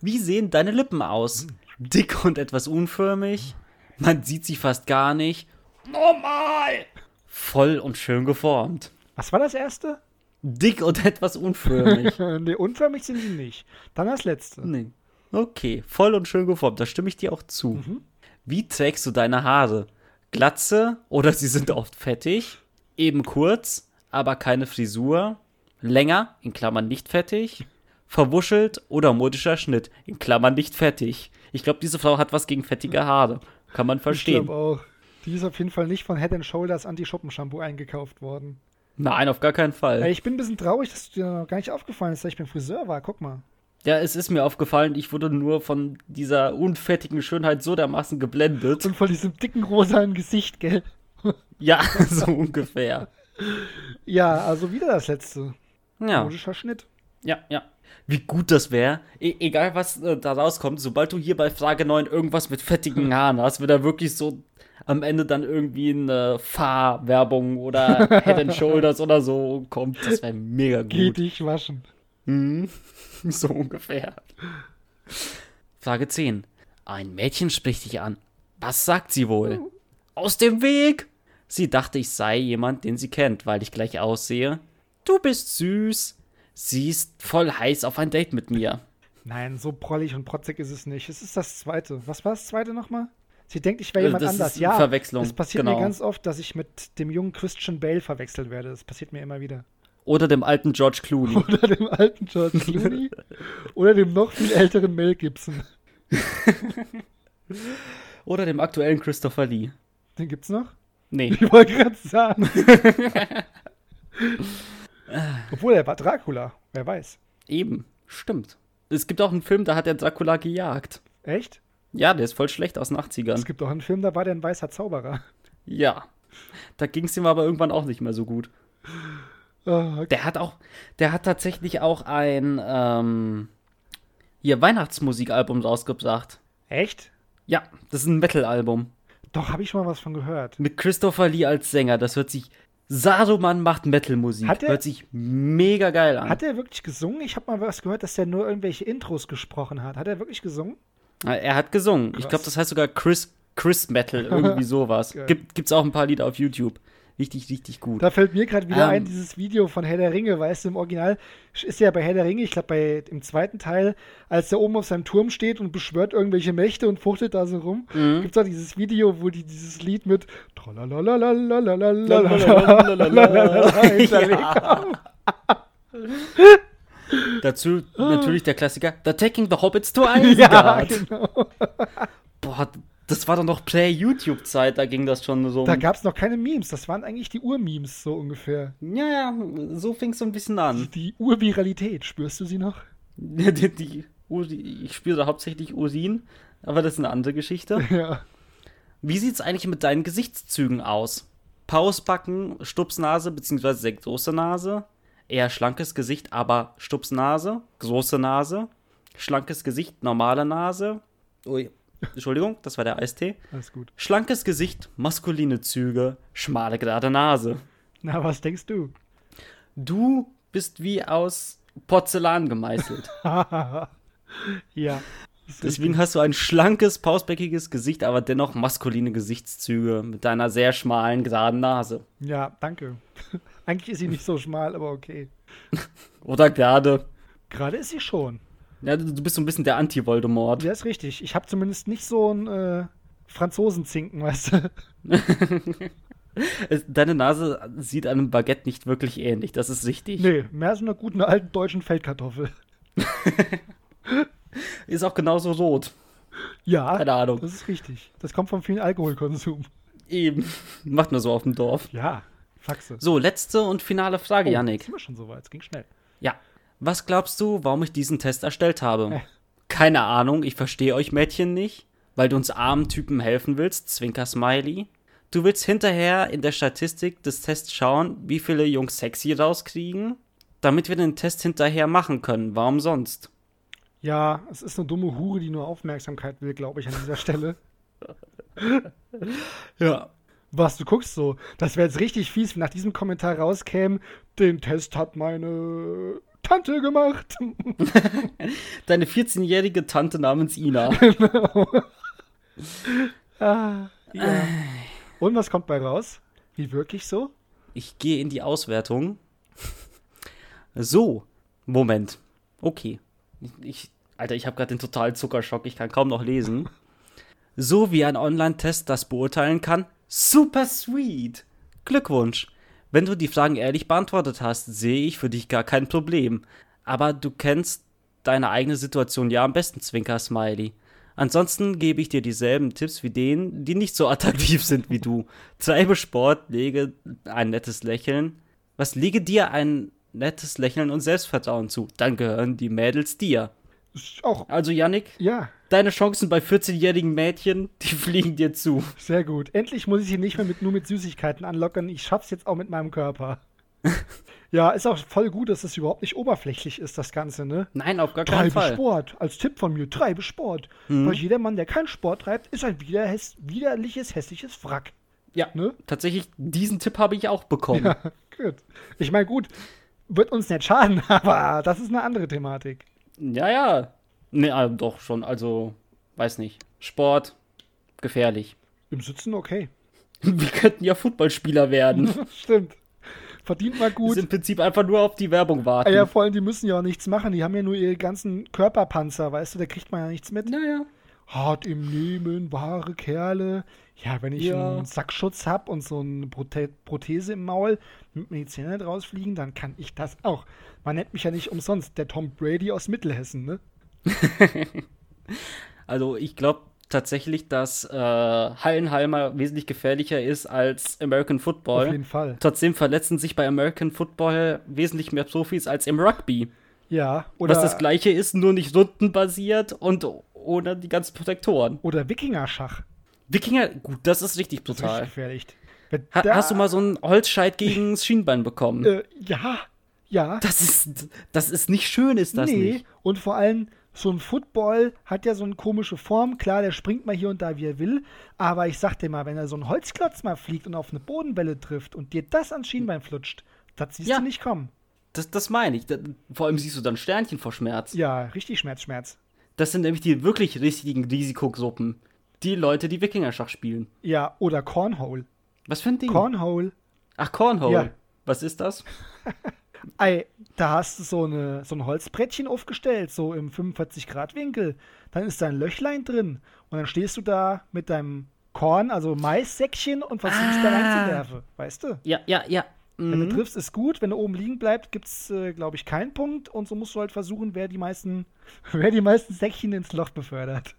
Speaker 2: Wie sehen deine Lippen aus? Dick und etwas unförmig. Man sieht sie fast gar nicht. Normal! voll und schön geformt.
Speaker 1: Was war das erste?
Speaker 2: Dick und etwas unförmig.
Speaker 1: nee, unförmig sind die nicht. Dann das letzte.
Speaker 2: nee. Okay, voll und schön geformt, da stimme ich dir auch zu.
Speaker 1: Mhm.
Speaker 2: Wie trägst du deine Haare? Glatze oder sie sind oft fettig, eben kurz, aber keine Frisur, länger, in Klammern nicht fettig, verwuschelt oder modischer Schnitt, in Klammern nicht fettig. Ich glaube, diese Frau hat was gegen fettige Haare. Kann man
Speaker 1: Ich
Speaker 2: verstehen.
Speaker 1: glaube auch. Die ist auf jeden Fall nicht von Head and Shoulders Anti-Schuppen-Shampoo eingekauft worden.
Speaker 2: Nein, auf gar keinen
Speaker 1: Ey,
Speaker 2: Fall.
Speaker 1: ich bin ein bisschen traurig, dass dir noch gar nicht aufgefallen ist, dass ich beim Friseur war. Guck mal.
Speaker 2: Ja, es ist mir aufgefallen, ich wurde nur von dieser unfettigen Schönheit so dermaßen geblendet.
Speaker 1: Und von diesem dicken rosanen Gesicht, gell?
Speaker 2: Ja, so ungefähr.
Speaker 1: Ja, also wieder das letzte.
Speaker 2: Ja.
Speaker 1: Modischer Schnitt.
Speaker 2: Ja, ja. Wie gut das wäre. E egal, was äh, da rauskommt, sobald du hier bei Frage 9 irgendwas mit fettigen Haaren hast, wird da wirklich so am Ende dann irgendwie eine Fahrwerbung oder Head and Shoulders oder so kommt. Das wäre mega
Speaker 1: Geh
Speaker 2: gut.
Speaker 1: dich waschen.
Speaker 2: Mhm. So ungefähr. Frage 10. Ein Mädchen spricht dich an. Was sagt sie wohl? Aus dem Weg! Sie dachte, ich sei jemand, den sie kennt, weil ich gleich aussehe. Du bist süß. Sie ist voll heiß auf ein Date mit mir.
Speaker 1: Nein, so prollig und protzig ist es nicht. Es ist das zweite. Was war das zweite nochmal? Sie denkt, ich wäre
Speaker 2: Äh,
Speaker 1: jemand
Speaker 2: das
Speaker 1: anders.
Speaker 2: ist
Speaker 1: ja,
Speaker 2: Verwechslung,
Speaker 1: Es passiert mir
Speaker 2: genau.
Speaker 1: ganz oft, dass ich mit dem jungen Christian Bale verwechselt werde. Das passiert mir immer wieder.
Speaker 2: Oder dem alten George Clooney.
Speaker 1: Oder dem alten George Clooney. oder dem noch viel älteren Mel Gibson.
Speaker 2: Oder dem aktuellen Christopher Lee.
Speaker 1: Den gibt's noch?
Speaker 2: Nee.
Speaker 1: Ich wollte gerade sagen. Obwohl, er war Dracula. Wer weiß.
Speaker 2: Eben. Stimmt. Es gibt auch einen Film, da hat der Dracula gejagt.
Speaker 1: Echt?
Speaker 2: Ja, der ist voll schlecht aus den 80ern.
Speaker 1: Es gibt auch einen Film, da war der ein weißer Zauberer.
Speaker 2: Ja. Da ging es ihm aber irgendwann auch nicht mehr so gut.
Speaker 1: Ah, okay.
Speaker 2: Der hat auch, der hat tatsächlich auch ein ähm, hier Weihnachtsmusikalbum rausgebracht.
Speaker 1: Echt?
Speaker 2: Ja, das ist ein Metal-Album.
Speaker 1: Doch, habe ich schon mal was von gehört.
Speaker 2: Mit Christopher Lee als Sänger. Das hört sich. Saruman macht Metal-Musik.
Speaker 1: Hat er-
Speaker 2: Hört sich mega geil an.
Speaker 1: Hat er wirklich gesungen? Ich habe mal was gehört, dass der nur irgendwelche Intros gesprochen hat. Hat er wirklich gesungen?
Speaker 2: er hat gesungen. Ich
Speaker 1: Krass.
Speaker 2: glaube, das heißt sogar Chris, Chris Metal, irgendwie sowas.
Speaker 1: Geil.
Speaker 2: Gibt, gibt's auch ein paar Lieder auf YouTube. Richtig, richtig gut.
Speaker 1: Da fällt mir gerade wieder
Speaker 2: Ähm.
Speaker 1: ein, dieses Video von Herr der Ringe, weißt du, im Original ist ja bei Herr der Ringe, ich glaube bei im zweiten Teil, als der oben auf seinem Turm steht und beschwört irgendwelche Mächte und fuchtelt da so rum, gibt's gibt es auch dieses Video, wo die dieses Lied mit
Speaker 2: Lalalalalalala.
Speaker 1: hinterlegt haben.
Speaker 2: Dazu natürlich der Klassiker The Taking the Hobbits to
Speaker 1: Ja,
Speaker 2: Isengard.
Speaker 1: genau.
Speaker 2: Boah, das war doch noch Prä-YouTube-Zeit, da ging das schon so. um-
Speaker 1: Da gab es noch keine Memes, das waren eigentlich die Ur-Memes so ungefähr.
Speaker 2: ja, ja, so fing es so ein bisschen an.
Speaker 1: Die Ur-Viralität, spürst du sie noch?
Speaker 2: Die, die Uri, ich spüre hauptsächlich Urin, aber das ist eine andere Geschichte.
Speaker 1: Ja.
Speaker 2: Wie sieht's eigentlich mit deinen Gesichtszügen aus? Pausbacken, Stupsnase bzw. sehr große Nase, eher schlankes Gesicht, aber Stupsnase, große Nase, schlankes Gesicht, normale Nase. Ui. Entschuldigung, das war der Eistee.
Speaker 1: Alles gut.
Speaker 2: Schlankes Gesicht, maskuline Züge, schmale gerade Nase.
Speaker 1: Na, was denkst du?
Speaker 2: Du bist wie aus Porzellan gemeißelt.
Speaker 1: Ja. ist
Speaker 2: Deswegen hast du ein schlankes, pausbäckiges Gesicht, aber dennoch maskuline Gesichtszüge mit deiner sehr schmalen, geraden Nase.
Speaker 1: richtig. Ja, danke. Eigentlich ist sie nicht so schmal, aber okay.
Speaker 2: Oder gerade.
Speaker 1: Gerade ist sie schon.
Speaker 2: Ja, du du bist so ein bisschen der Anti-Voldemort.
Speaker 1: Ja, ist richtig. Ich habe zumindest nicht so ein äh, Franzosenzinken, weißt du?
Speaker 2: Es- Deine Nase sieht einem Baguette nicht wirklich ähnlich, das ist richtig.
Speaker 1: Nee, mehr so einer guten alten deutschen Feldkartoffel.
Speaker 2: Ist auch genauso rot.
Speaker 1: Ja,
Speaker 2: Keine Ahnung.
Speaker 1: das ist richtig. Das kommt vom vielen Alkoholkonsum.
Speaker 2: Eben. Macht nur so auf dem Dorf.
Speaker 1: Ja, Faxe.
Speaker 2: So, letzte und finale Frage, Yannick.
Speaker 1: Oh, Sind wir schon so weit? Es ging schnell.
Speaker 2: Ja. Was glaubst du, warum ich diesen Test erstellt habe?
Speaker 1: Äh.
Speaker 2: Keine Ahnung, ich verstehe euch Mädchen nicht. Weil du uns armen Typen helfen willst, Zwinker Smiley. Du willst hinterher in der Statistik des Tests schauen, wie viele Jungs sexy rauskriegen, damit wir den Test hinterher machen können. Warum sonst?
Speaker 1: Ja, es ist eine dumme Hure, die nur Aufmerksamkeit will, glaube ich, an dieser Stelle.
Speaker 2: Ja.
Speaker 1: Was, du guckst so. Das wäre jetzt richtig fies, wenn nach diesem Kommentar rauskäme, den Test hat meine Tante gemacht.
Speaker 2: Deine 14-jährige Tante namens Ina.
Speaker 1: ah, ja. Und was kommt bei raus? Wie wirklich so?
Speaker 2: Ich gehe in die Auswertung. So, Moment. Okay. Ich, Alter, ich habe gerade den totalen Zuckerschock. Ich kann kaum noch lesen. So wie ein Online-Test das beurteilen kann. Super sweet. Glückwunsch. Wenn du die Fragen ehrlich beantwortet hast, sehe ich für dich gar kein Problem. Aber du kennst deine eigene Situation ja am besten, Zwinker Smiley. Ansonsten gebe ich dir dieselben Tipps wie denen, die nicht so attraktiv sind wie du. Treibe Sport, lege ein nettes Lächeln. Was lege dir ein nettes Lächeln und Selbstvertrauen zu? Dann gehören die Mädels dir.
Speaker 1: Ist Auch,
Speaker 2: Also, Yannick,
Speaker 1: ja,
Speaker 2: deine Chancen bei 14-jährigen Mädchen, die fliegen dir zu.
Speaker 1: sehr gut. Endlich muss ich sie nicht mehr mit, nur mit Süßigkeiten anlockern. Ich schaff's jetzt auch mit meinem Körper. ja, ist auch voll gut, dass es überhaupt nicht oberflächlich ist, das Ganze, ne?
Speaker 2: Nein, auf gar
Speaker 1: Treibe
Speaker 2: keinen Fall.
Speaker 1: Sport. Als Tipp von mir, treibe Sport. Weil jeder Mann, der keinen Sport treibt, ist ein widerhäss- widerliches, hässliches Wrack.
Speaker 2: Ja,
Speaker 1: Ne?
Speaker 2: tatsächlich, diesen Tipp habe ich auch bekommen.
Speaker 1: Ja, gut. Ich meine, gut, wird uns nicht schaden, aber das ist eine andere Thematik.
Speaker 2: Ja, ja. Nee, ah, doch schon. Also, weiß nicht. Sport, gefährlich.
Speaker 1: Im Sitzen okay.
Speaker 2: Wir könnten ja Footballspieler werden.
Speaker 1: Stimmt. Verdient mal
Speaker 2: Ist
Speaker 1: gut.
Speaker 2: im Prinzip einfach nur auf die Werbung
Speaker 1: Ah
Speaker 2: warten.
Speaker 1: ja, vor allem, die müssen ja auch nichts machen. Die haben ja nur ihre ganzen Körperpanzer, weißt du, da kriegt man ja nichts mit.
Speaker 2: Naja.
Speaker 1: Hart im Nehmen, wahre Kerle. Ja, wenn ich
Speaker 2: Ja.
Speaker 1: einen Sackschutz hab und so eine Prothe Prothese im Maul, damit mir die Zähne nicht rausfliegen, dann kann ich das auch. Man nennt mich ja nicht umsonst der Tom Brady aus Mittelhessen, ne?
Speaker 2: Also, ich glaube tatsächlich, dass äh, Hallenhalmer wesentlich gefährlicher ist als American
Speaker 1: Auf
Speaker 2: Football.
Speaker 1: jeden Fall.
Speaker 2: Trotzdem verletzen sich bei American Football wesentlich mehr Profis als im Rugby.
Speaker 1: Ja, oder,
Speaker 2: was das gleiche ist, nur nicht rundenbasiert und ohne die ganzen Protektoren.
Speaker 1: oder Wikingerschach.
Speaker 2: Wikinger, gut, das ist richtig
Speaker 1: Das ist richtig
Speaker 2: brutal.
Speaker 1: gefährlich. Wenn
Speaker 2: Ha
Speaker 1: da-
Speaker 2: hast du mal so einen Holzscheit gegen das Schienbein bekommen?
Speaker 1: Äh, ja, ja.
Speaker 2: Das ist, das ist nicht schön, ist das
Speaker 1: nee,
Speaker 2: nicht?
Speaker 1: und vor allem so ein Football hat ja so eine komische Form. Klar, der springt mal hier und da, wie er will. Aber ich sag dir mal, wenn er so ein Holzklotz mal fliegt und auf eine Bodenwelle trifft und dir das ans Schienbein flutscht, das siehst
Speaker 2: Ja.
Speaker 1: du nicht kommen.
Speaker 2: Das, das meine ich. Da, vor allem siehst du dann Sternchen vor Schmerz.
Speaker 1: Ja, richtig Schmerz, Schmerz.
Speaker 2: Das sind nämlich die wirklich richtigen Risikogruppen. Die Leute, die Wikingerschach spielen.
Speaker 1: Ja, oder Cornhole.
Speaker 2: Was für ein Ding?
Speaker 1: Cornhole.
Speaker 2: Ach, Cornhole.
Speaker 1: Ja.
Speaker 2: Was ist das?
Speaker 1: Ei, da hast du so, eine, so ein Holzbrettchen aufgestellt, so im 45-Grad-Winkel. Dann ist da ein Löchlein drin. Und dann stehst du da mit deinem Korn, also Maissäckchen und versuchst da
Speaker 2: Ah.
Speaker 1: reinzuwerfen. Weißt du?
Speaker 2: Ja, ja, ja.
Speaker 1: Wenn
Speaker 2: Mhm.
Speaker 1: du triffst, ist gut. Wenn du oben liegen bleibst, gibt es, äh, glaube ich, keinen Punkt. Und so musst du halt versuchen, wer die meisten, wer die meisten Säckchen ins Loch befördert.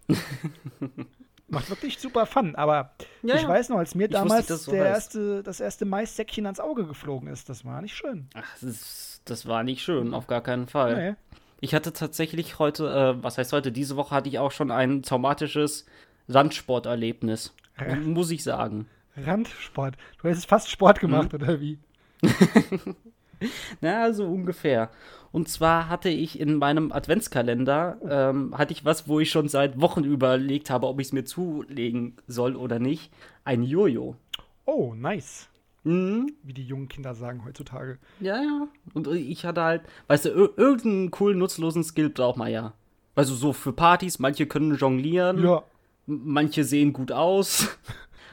Speaker 1: Macht wirklich super Fun. Aber
Speaker 2: Ja,
Speaker 1: ich
Speaker 2: ja.
Speaker 1: weiß noch, als mir
Speaker 2: Ich wusste
Speaker 1: damals
Speaker 2: nicht, dass es so
Speaker 1: der
Speaker 2: heißt.
Speaker 1: erste, das erste Maissäckchen ans Auge geflogen ist, das war nicht schön.
Speaker 2: Ach, das, ist, das war nicht schön, auf gar keinen Fall.
Speaker 1: Nee.
Speaker 2: Ich hatte tatsächlich heute, äh, was heißt heute, diese Woche hatte ich auch schon ein traumatisches Sandsporterlebnis.
Speaker 1: Hä?
Speaker 2: Muss ich sagen.
Speaker 1: Randsport. Du hättest fast
Speaker 2: Mhm.
Speaker 1: Sport gemacht, oder wie?
Speaker 2: Na, so ungefähr. Und zwar hatte ich in meinem Adventskalender, ähm, hatte ich was, wo ich schon seit Wochen überlegt habe, ob ich es mir zulegen soll oder nicht. Ein Jojo.
Speaker 1: Oh, nice.
Speaker 2: Mhm.
Speaker 1: Wie die jungen Kinder sagen heutzutage.
Speaker 2: Ja, ja. Und ich hatte halt, weißt du, ir irgendeinen coolen, nutzlosen Skill braucht man ja. Also so für Partys, manche können jonglieren,
Speaker 1: Ja,
Speaker 2: m- manche sehen gut aus.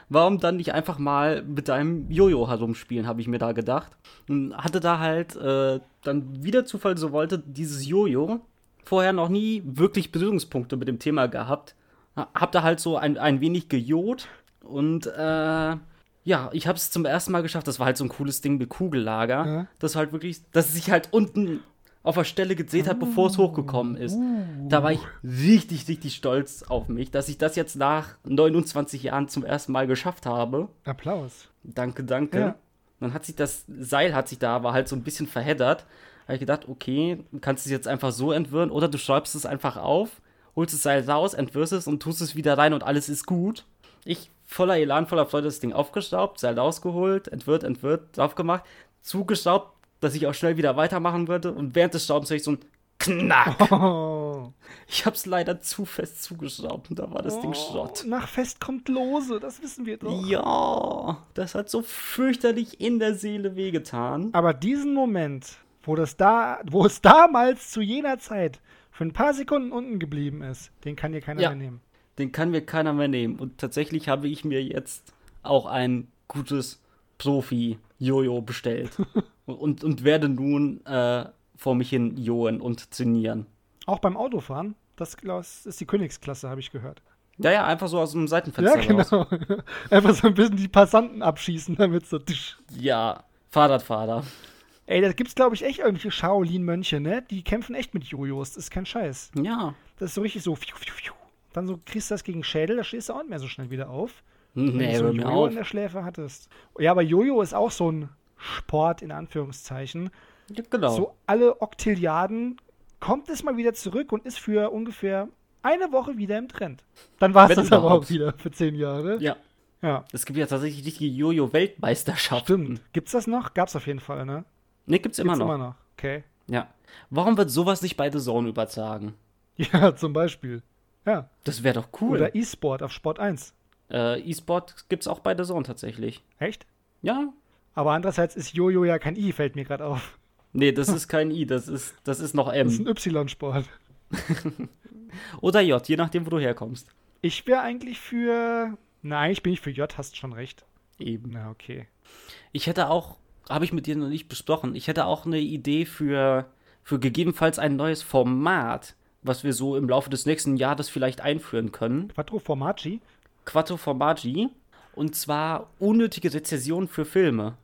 Speaker 2: Warum dann nicht einfach mal mit deinem Jojo herumspielen, habe ich mir da gedacht. Und hatte da halt äh, dann wieder Zufall so wollte, dieses Jojo vorher noch nie wirklich Berührungspunkte mit dem Thema gehabt. Ha- Hab da halt so ein, ein wenig gejot und äh, ja, ich habe es zum ersten Mal geschafft. Das war halt so ein cooles Ding mit Kugellager.
Speaker 1: Ja.
Speaker 2: Das halt wirklich, dass es sich halt unten auf der Stelle gedreht hat, bevor es hochgekommen ist. Da war ich richtig, richtig stolz auf mich, dass ich das jetzt nach 29 Jahren zum ersten Mal geschafft habe.
Speaker 1: Applaus.
Speaker 2: Danke, danke.
Speaker 1: Ja.
Speaker 2: Dann hat sich das Seil, hat sich da aber halt so ein bisschen verheddert. Habe ich gedacht, okay, du kannst es jetzt einfach so entwirren oder du schreibst es einfach auf, holst das Seil raus, entwirrst es und tust es wieder rein und alles ist gut. Ich voller Elan, voller Freude das Ding aufgestaubt, Seil rausgeholt, entwirrt, entwirrt, drauf gemacht, zugestaubt, dass ich auch schnell wieder weitermachen würde und während des Staubens höre ich so ein Knack.
Speaker 1: Oh.
Speaker 2: Ich hab's leider zu fest zugeschraubt und da war das
Speaker 1: Oh.
Speaker 2: Ding Schrott.
Speaker 1: Nach Fest kommt Lose, das wissen wir doch.
Speaker 2: Ja, das hat so fürchterlich in der Seele wehgetan.
Speaker 1: Aber diesen Moment, wo, das da, wo es damals zu jener Zeit für ein paar Sekunden unten geblieben ist, den kann dir keiner
Speaker 2: Ja.
Speaker 1: mehr nehmen.
Speaker 2: Den kann mir keiner mehr nehmen. Und tatsächlich habe ich mir jetzt auch ein gutes Profi-Jojo bestellt. und, und werde nun äh, vor mich hin johen und zinieren.
Speaker 1: Auch beim Autofahren, das das ist die Königsklasse, habe ich gehört.
Speaker 2: Ja, ja, einfach so aus dem
Speaker 1: Ja,
Speaker 2: Seitenfenster raus.
Speaker 1: genau. Einfach so ein bisschen die Passanten abschießen, damit so. Tisch.
Speaker 2: Ja, Fahrradfahrer.
Speaker 1: Ey, da gibt's, glaube ich, echt irgendwelche Shaolin-Mönche, ne? Die kämpfen echt mit Jojos. Das ist kein Scheiß.
Speaker 2: Ja.
Speaker 1: Das ist so richtig so. Fiu, fiu, fiu. Dann so kriegst du das gegen den Schädel, da stehst du auch nicht mehr so schnell wieder auf. Wenn
Speaker 2: Nee,
Speaker 1: du so
Speaker 2: hör
Speaker 1: ein
Speaker 2: mir
Speaker 1: Jojo in
Speaker 2: auf.
Speaker 1: der Schläfe hattest. Ja, aber Jojo ist auch so ein Sport in Anführungszeichen.
Speaker 2: Ja, Genau.
Speaker 1: So alle Oktiliarden kommt es mal wieder zurück und ist für ungefähr eine Woche wieder im Trend. Dann war es
Speaker 2: Wenn
Speaker 1: das aber auch
Speaker 2: überhaupt.
Speaker 1: wieder für zehn Jahre.
Speaker 2: Ja.
Speaker 1: Ja,
Speaker 2: Es gibt ja tatsächlich richtige Jojo-Weltmeisterschaften.
Speaker 1: stimmt. Gibt's das noch? Gab's auf jeden Fall, ne?
Speaker 2: Nee, gibt's Hm. immer
Speaker 1: Gibt's
Speaker 2: noch.
Speaker 1: immer noch. Okay.
Speaker 2: Ja. Warum wird sowas nicht bei The Zone übertragen?
Speaker 1: Ja, zum Beispiel. Ja.
Speaker 2: Das wäre doch cool.
Speaker 1: Oder E-Sport auf Sport 1.
Speaker 2: äh, E-Sport gibt's auch bei The Zone tatsächlich.
Speaker 1: Echt?
Speaker 2: Ja.
Speaker 1: Aber andererseits ist Jojo ja kein I, fällt mir gerade auf.
Speaker 2: Nee, das ist kein I, das ist, das ist noch
Speaker 1: Das ist ein
Speaker 2: M.
Speaker 1: Y-Sport.
Speaker 2: Oder J, je nachdem, wo du herkommst.
Speaker 1: Ich wäre eigentlich für. Nein, ich bin nicht für J, hast schon recht.
Speaker 2: Eben.
Speaker 1: Na, okay.
Speaker 2: Ich hätte auch, habe ich mit dir noch nicht besprochen, ich hätte auch eine Idee für, für gegebenenfalls ein neues Format, was wir so im Laufe des nächsten Jahres vielleicht einführen können.
Speaker 1: Quattro Formaggi?
Speaker 2: Quattro Formaggi. Und zwar unnötige Rezessionen für Filme.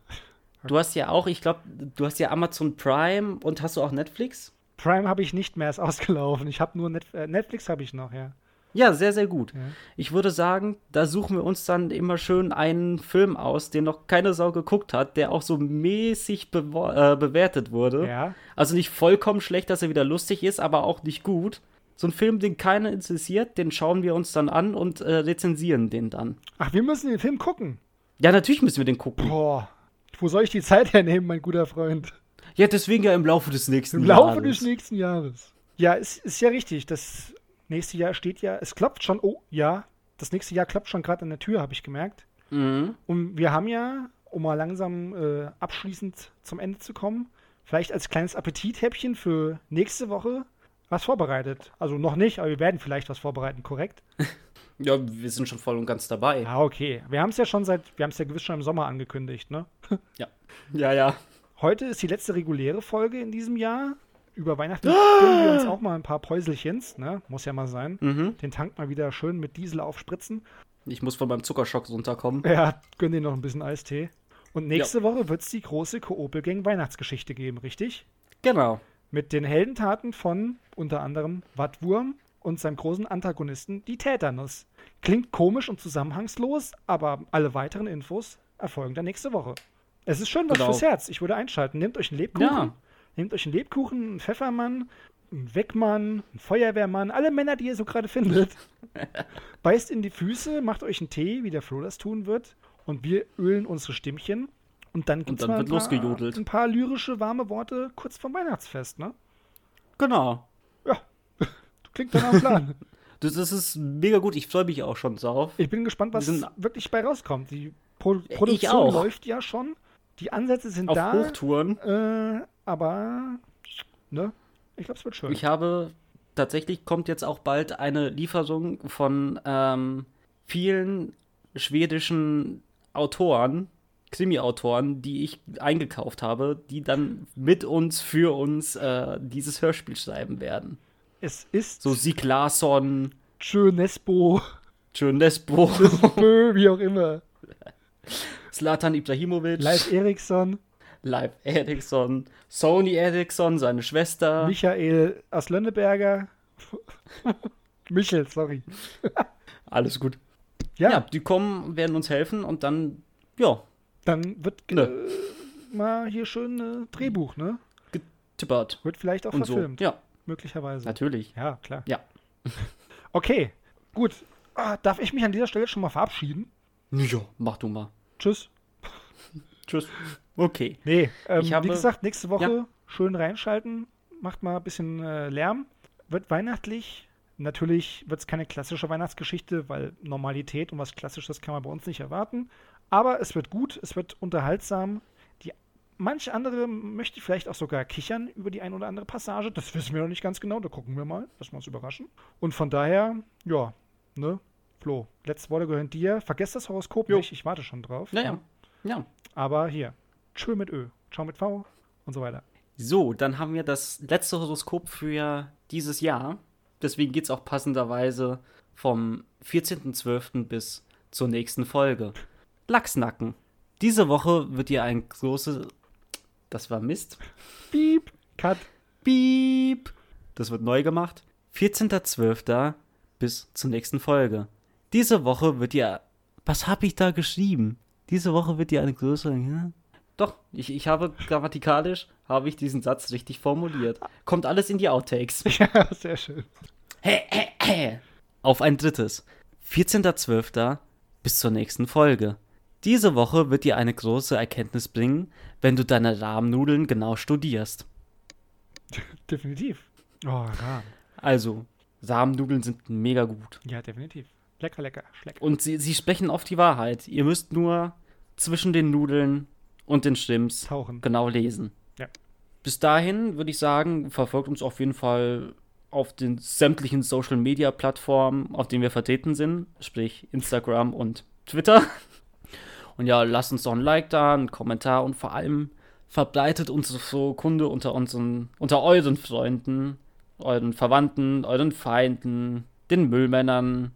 Speaker 2: Du hast ja auch, ich glaube, du hast ja Amazon Prime und hast du auch Netflix?
Speaker 1: Prime habe ich nicht mehr, ist ausgelaufen. Ich habe nur Net äh, Netflix habe ich noch, ja.
Speaker 2: Ja, sehr, sehr gut.
Speaker 1: Ja.
Speaker 2: Ich würde sagen, da suchen wir uns dann immer schön einen Film aus, den noch keine Sau geguckt hat, der auch so mäßig bewor- äh, bewertet wurde.
Speaker 1: Ja.
Speaker 2: Also nicht vollkommen schlecht, dass er wieder lustig ist, aber auch nicht gut. So ein Film, den keiner interessiert, den schauen wir uns dann an und äh, rezensieren den dann.
Speaker 1: Ach, wir müssen den Film gucken.
Speaker 2: Ja, natürlich müssen wir den gucken.
Speaker 1: Boah. Wo soll ich die Zeit hernehmen, mein guter Freund?
Speaker 2: Ja, deswegen ja im Laufe des nächsten
Speaker 1: Im
Speaker 2: Jahres.
Speaker 1: Laufe des nächsten Jahres. Ja, es ist ja richtig. Das nächste Jahr steht ja, es klopft schon. Oh, ja. Das nächste Jahr klopft schon gerade an der Tür, habe ich gemerkt.
Speaker 2: Mhm.
Speaker 1: Und wir haben ja, um mal langsam äh, abschließend zum Ende zu kommen, vielleicht als kleines Appetithäppchen für nächste Woche was vorbereitet. Also noch nicht, aber wir werden vielleicht was vorbereiten, korrekt?
Speaker 2: Ja, wir sind schon voll und ganz dabei.
Speaker 1: Ja, okay. Wir haben es ja schon seit, wir haben es ja gewiss schon im Sommer angekündigt, ne?
Speaker 2: Ja. Ja, ja.
Speaker 1: Heute ist die letzte reguläre Folge in diesem Jahr. Über Weihnachten gönnen wir uns auch mal ein paar Päuselchens, ne? Muss ja mal sein.
Speaker 2: Mhm.
Speaker 1: Den Tank mal wieder schön mit Diesel aufspritzen.
Speaker 2: Ich muss von meinem Zuckerschock runterkommen.
Speaker 1: Ja, gönn dir noch ein bisschen Eistee. Und nächste Woche wird es die große Koopel-Gang-Weihnachtsgeschichte geben, richtig?
Speaker 2: Genau.
Speaker 1: Mit den Heldentaten von unter anderem Wattwurm und seinem großen Antagonisten, die Täternuss. Klingt komisch und zusammenhangslos, aber alle weiteren Infos erfolgen dann nächste Woche. Es ist schön was
Speaker 2: Genau.
Speaker 1: fürs Herz. Ich würde einschalten. Nehmt euch einen Lebkuchen.
Speaker 2: Ja.
Speaker 1: Nehmt euch einen Lebkuchen, einen Pfeffermann, einen Weckmann, einen Feuerwehrmann, alle Männer, die ihr so gerade findet. Beißt in die Füße, macht euch einen Tee, wie der Flo das tun wird. Und wir ölen unsere Stimmchen. Und dann gibt's
Speaker 2: dann
Speaker 1: mal ein
Speaker 2: wird
Speaker 1: paar,
Speaker 2: losgejodelt.
Speaker 1: ein paar lyrische, warme Worte kurz vorm Weihnachtsfest, ne?
Speaker 2: Genau.
Speaker 1: Ja, klingt doch nach einem Plan.
Speaker 2: Das, das ist mega gut. Ich freue mich auch schon drauf.
Speaker 1: Ich bin gespannt, was
Speaker 2: Wir sind-
Speaker 1: wirklich bei rauskommt. Die Pro Produktion
Speaker 2: auch.
Speaker 1: läuft ja schon. Die Ansätze sind
Speaker 2: Auf
Speaker 1: da.
Speaker 2: Hochtouren.
Speaker 1: Äh, aber, ne? Ich glaube, es wird schön.
Speaker 2: Ich habe tatsächlich kommt jetzt auch bald eine Lieferung von ähm, vielen schwedischen Autoren, Krimi-Autoren, die ich eingekauft habe, die dann mit uns, für uns äh, dieses Hörspiel schreiben werden.
Speaker 1: es ist
Speaker 2: So
Speaker 1: so
Speaker 2: Sieg Larsson,
Speaker 1: Schönesbo,
Speaker 2: Jönesbo,
Speaker 1: Bö, wie auch immer.
Speaker 2: Slatan Ibrahimovic,
Speaker 1: Live Eriksson,
Speaker 2: Live Eriksson, Sony Eriksson, seine Schwester.
Speaker 1: Michael Aslönneberger. Michel, sorry.
Speaker 2: Alles gut.
Speaker 1: Ja,
Speaker 2: ja, die kommen, werden uns helfen und dann, ja,
Speaker 1: dann wird äh,
Speaker 2: ne,
Speaker 1: mal hier schön äh, Drehbuch, ne?
Speaker 2: getippert.
Speaker 1: Wird vielleicht auch
Speaker 2: Und so.
Speaker 1: verfilmt,
Speaker 2: Ja,
Speaker 1: möglicherweise.
Speaker 2: natürlich.
Speaker 1: Ja, klar.
Speaker 2: Ja.
Speaker 1: Okay, gut. Ah, darf ich mich an dieser Stelle schon mal verabschieden?
Speaker 2: Ja, mach du mal.
Speaker 1: Tschüss.
Speaker 2: Tschüss. Okay.
Speaker 1: Nee, ähm,
Speaker 2: Ich habe-
Speaker 1: wie gesagt, nächste Woche
Speaker 2: Ja.
Speaker 1: schön reinschalten. Macht mal ein bisschen äh, Lärm. Wird weihnachtlich. Natürlich wird es keine klassische Weihnachtsgeschichte, weil Normalität und was Klassisches kann man bei uns nicht erwarten. Aber es wird gut, es wird unterhaltsam. Die, manch andere möchte vielleicht auch sogar kichern über die ein oder andere Passage. Das wissen wir noch nicht ganz genau. Da gucken wir mal. Lassen wir uns überraschen. Und von daher, ja, ne? Flo, letzte Worte gehören dir. Vergesst das Horoskop
Speaker 2: Jo.
Speaker 1: nicht. Ich warte schon drauf.
Speaker 2: Naja. Ja.
Speaker 1: Aber hier, tschö mit Ö, ciao mit V und so weiter.
Speaker 2: So, dann haben wir das letzte Horoskop für dieses Jahr. Deswegen geht es auch passenderweise vom 14.12. bis zur nächsten Folge. Lachsnacken. Diese Woche wird dir ein großes. Das war Mist.
Speaker 1: Piep, Cut.
Speaker 2: Piep. Das wird neu gemacht. 14.12. bis zur nächsten Folge. Diese Woche wird dir. Was habe ich da geschrieben? Diese Woche wird dir eine größere. Ja? Doch, ich, ich habe grammatikalisch habe ich diesen Satz richtig formuliert. Kommt alles in die Outtakes.
Speaker 1: Ja, sehr schön.
Speaker 2: Auf ein drittes. 14.12. bis zur nächsten Folge. Diese Woche wird dir eine große Erkenntnis bringen, wenn du deine Rahmnudeln genau studierst.
Speaker 1: Definitiv. Oh, Rahm.
Speaker 2: Also, Samennudeln sind mega gut.
Speaker 1: Ja, definitiv. Lecker, lecker, schlecker.
Speaker 2: Und sie, sie sprechen oft die Wahrheit. Ihr müsst nur zwischen den Nudeln und den Shrimps
Speaker 1: Tauchen.
Speaker 2: genau lesen.
Speaker 1: Ja.
Speaker 2: Bis dahin würde ich sagen, verfolgt uns auf jeden Fall auf den sämtlichen Social Media Plattformen, auf denen wir vertreten sind, sprich Instagram und Twitter. Und ja, lasst uns doch ein Like da, einen Kommentar und vor allem verbreitet unsere Kunde unter unseren, unter euren Freunden, euren Verwandten, euren Feinden, den Müllmännern.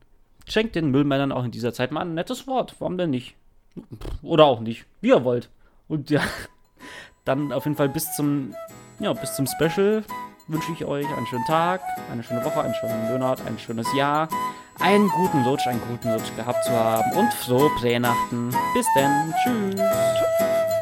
Speaker 2: Schenkt den Müllmännern auch in dieser Zeit mal ein nettes Wort. Warum denn nicht? Oder auch nicht. Wie ihr wollt. Und ja, dann auf jeden Fall bis zum, ja, bis zum Special wünsche ich euch einen schönen Tag, eine schöne Woche, einen schönen Monat, ein schönes Jahr, einen guten Rutsch, einen guten Rutsch gehabt zu haben und frohe Pränachten. Bis dann. Tschüss.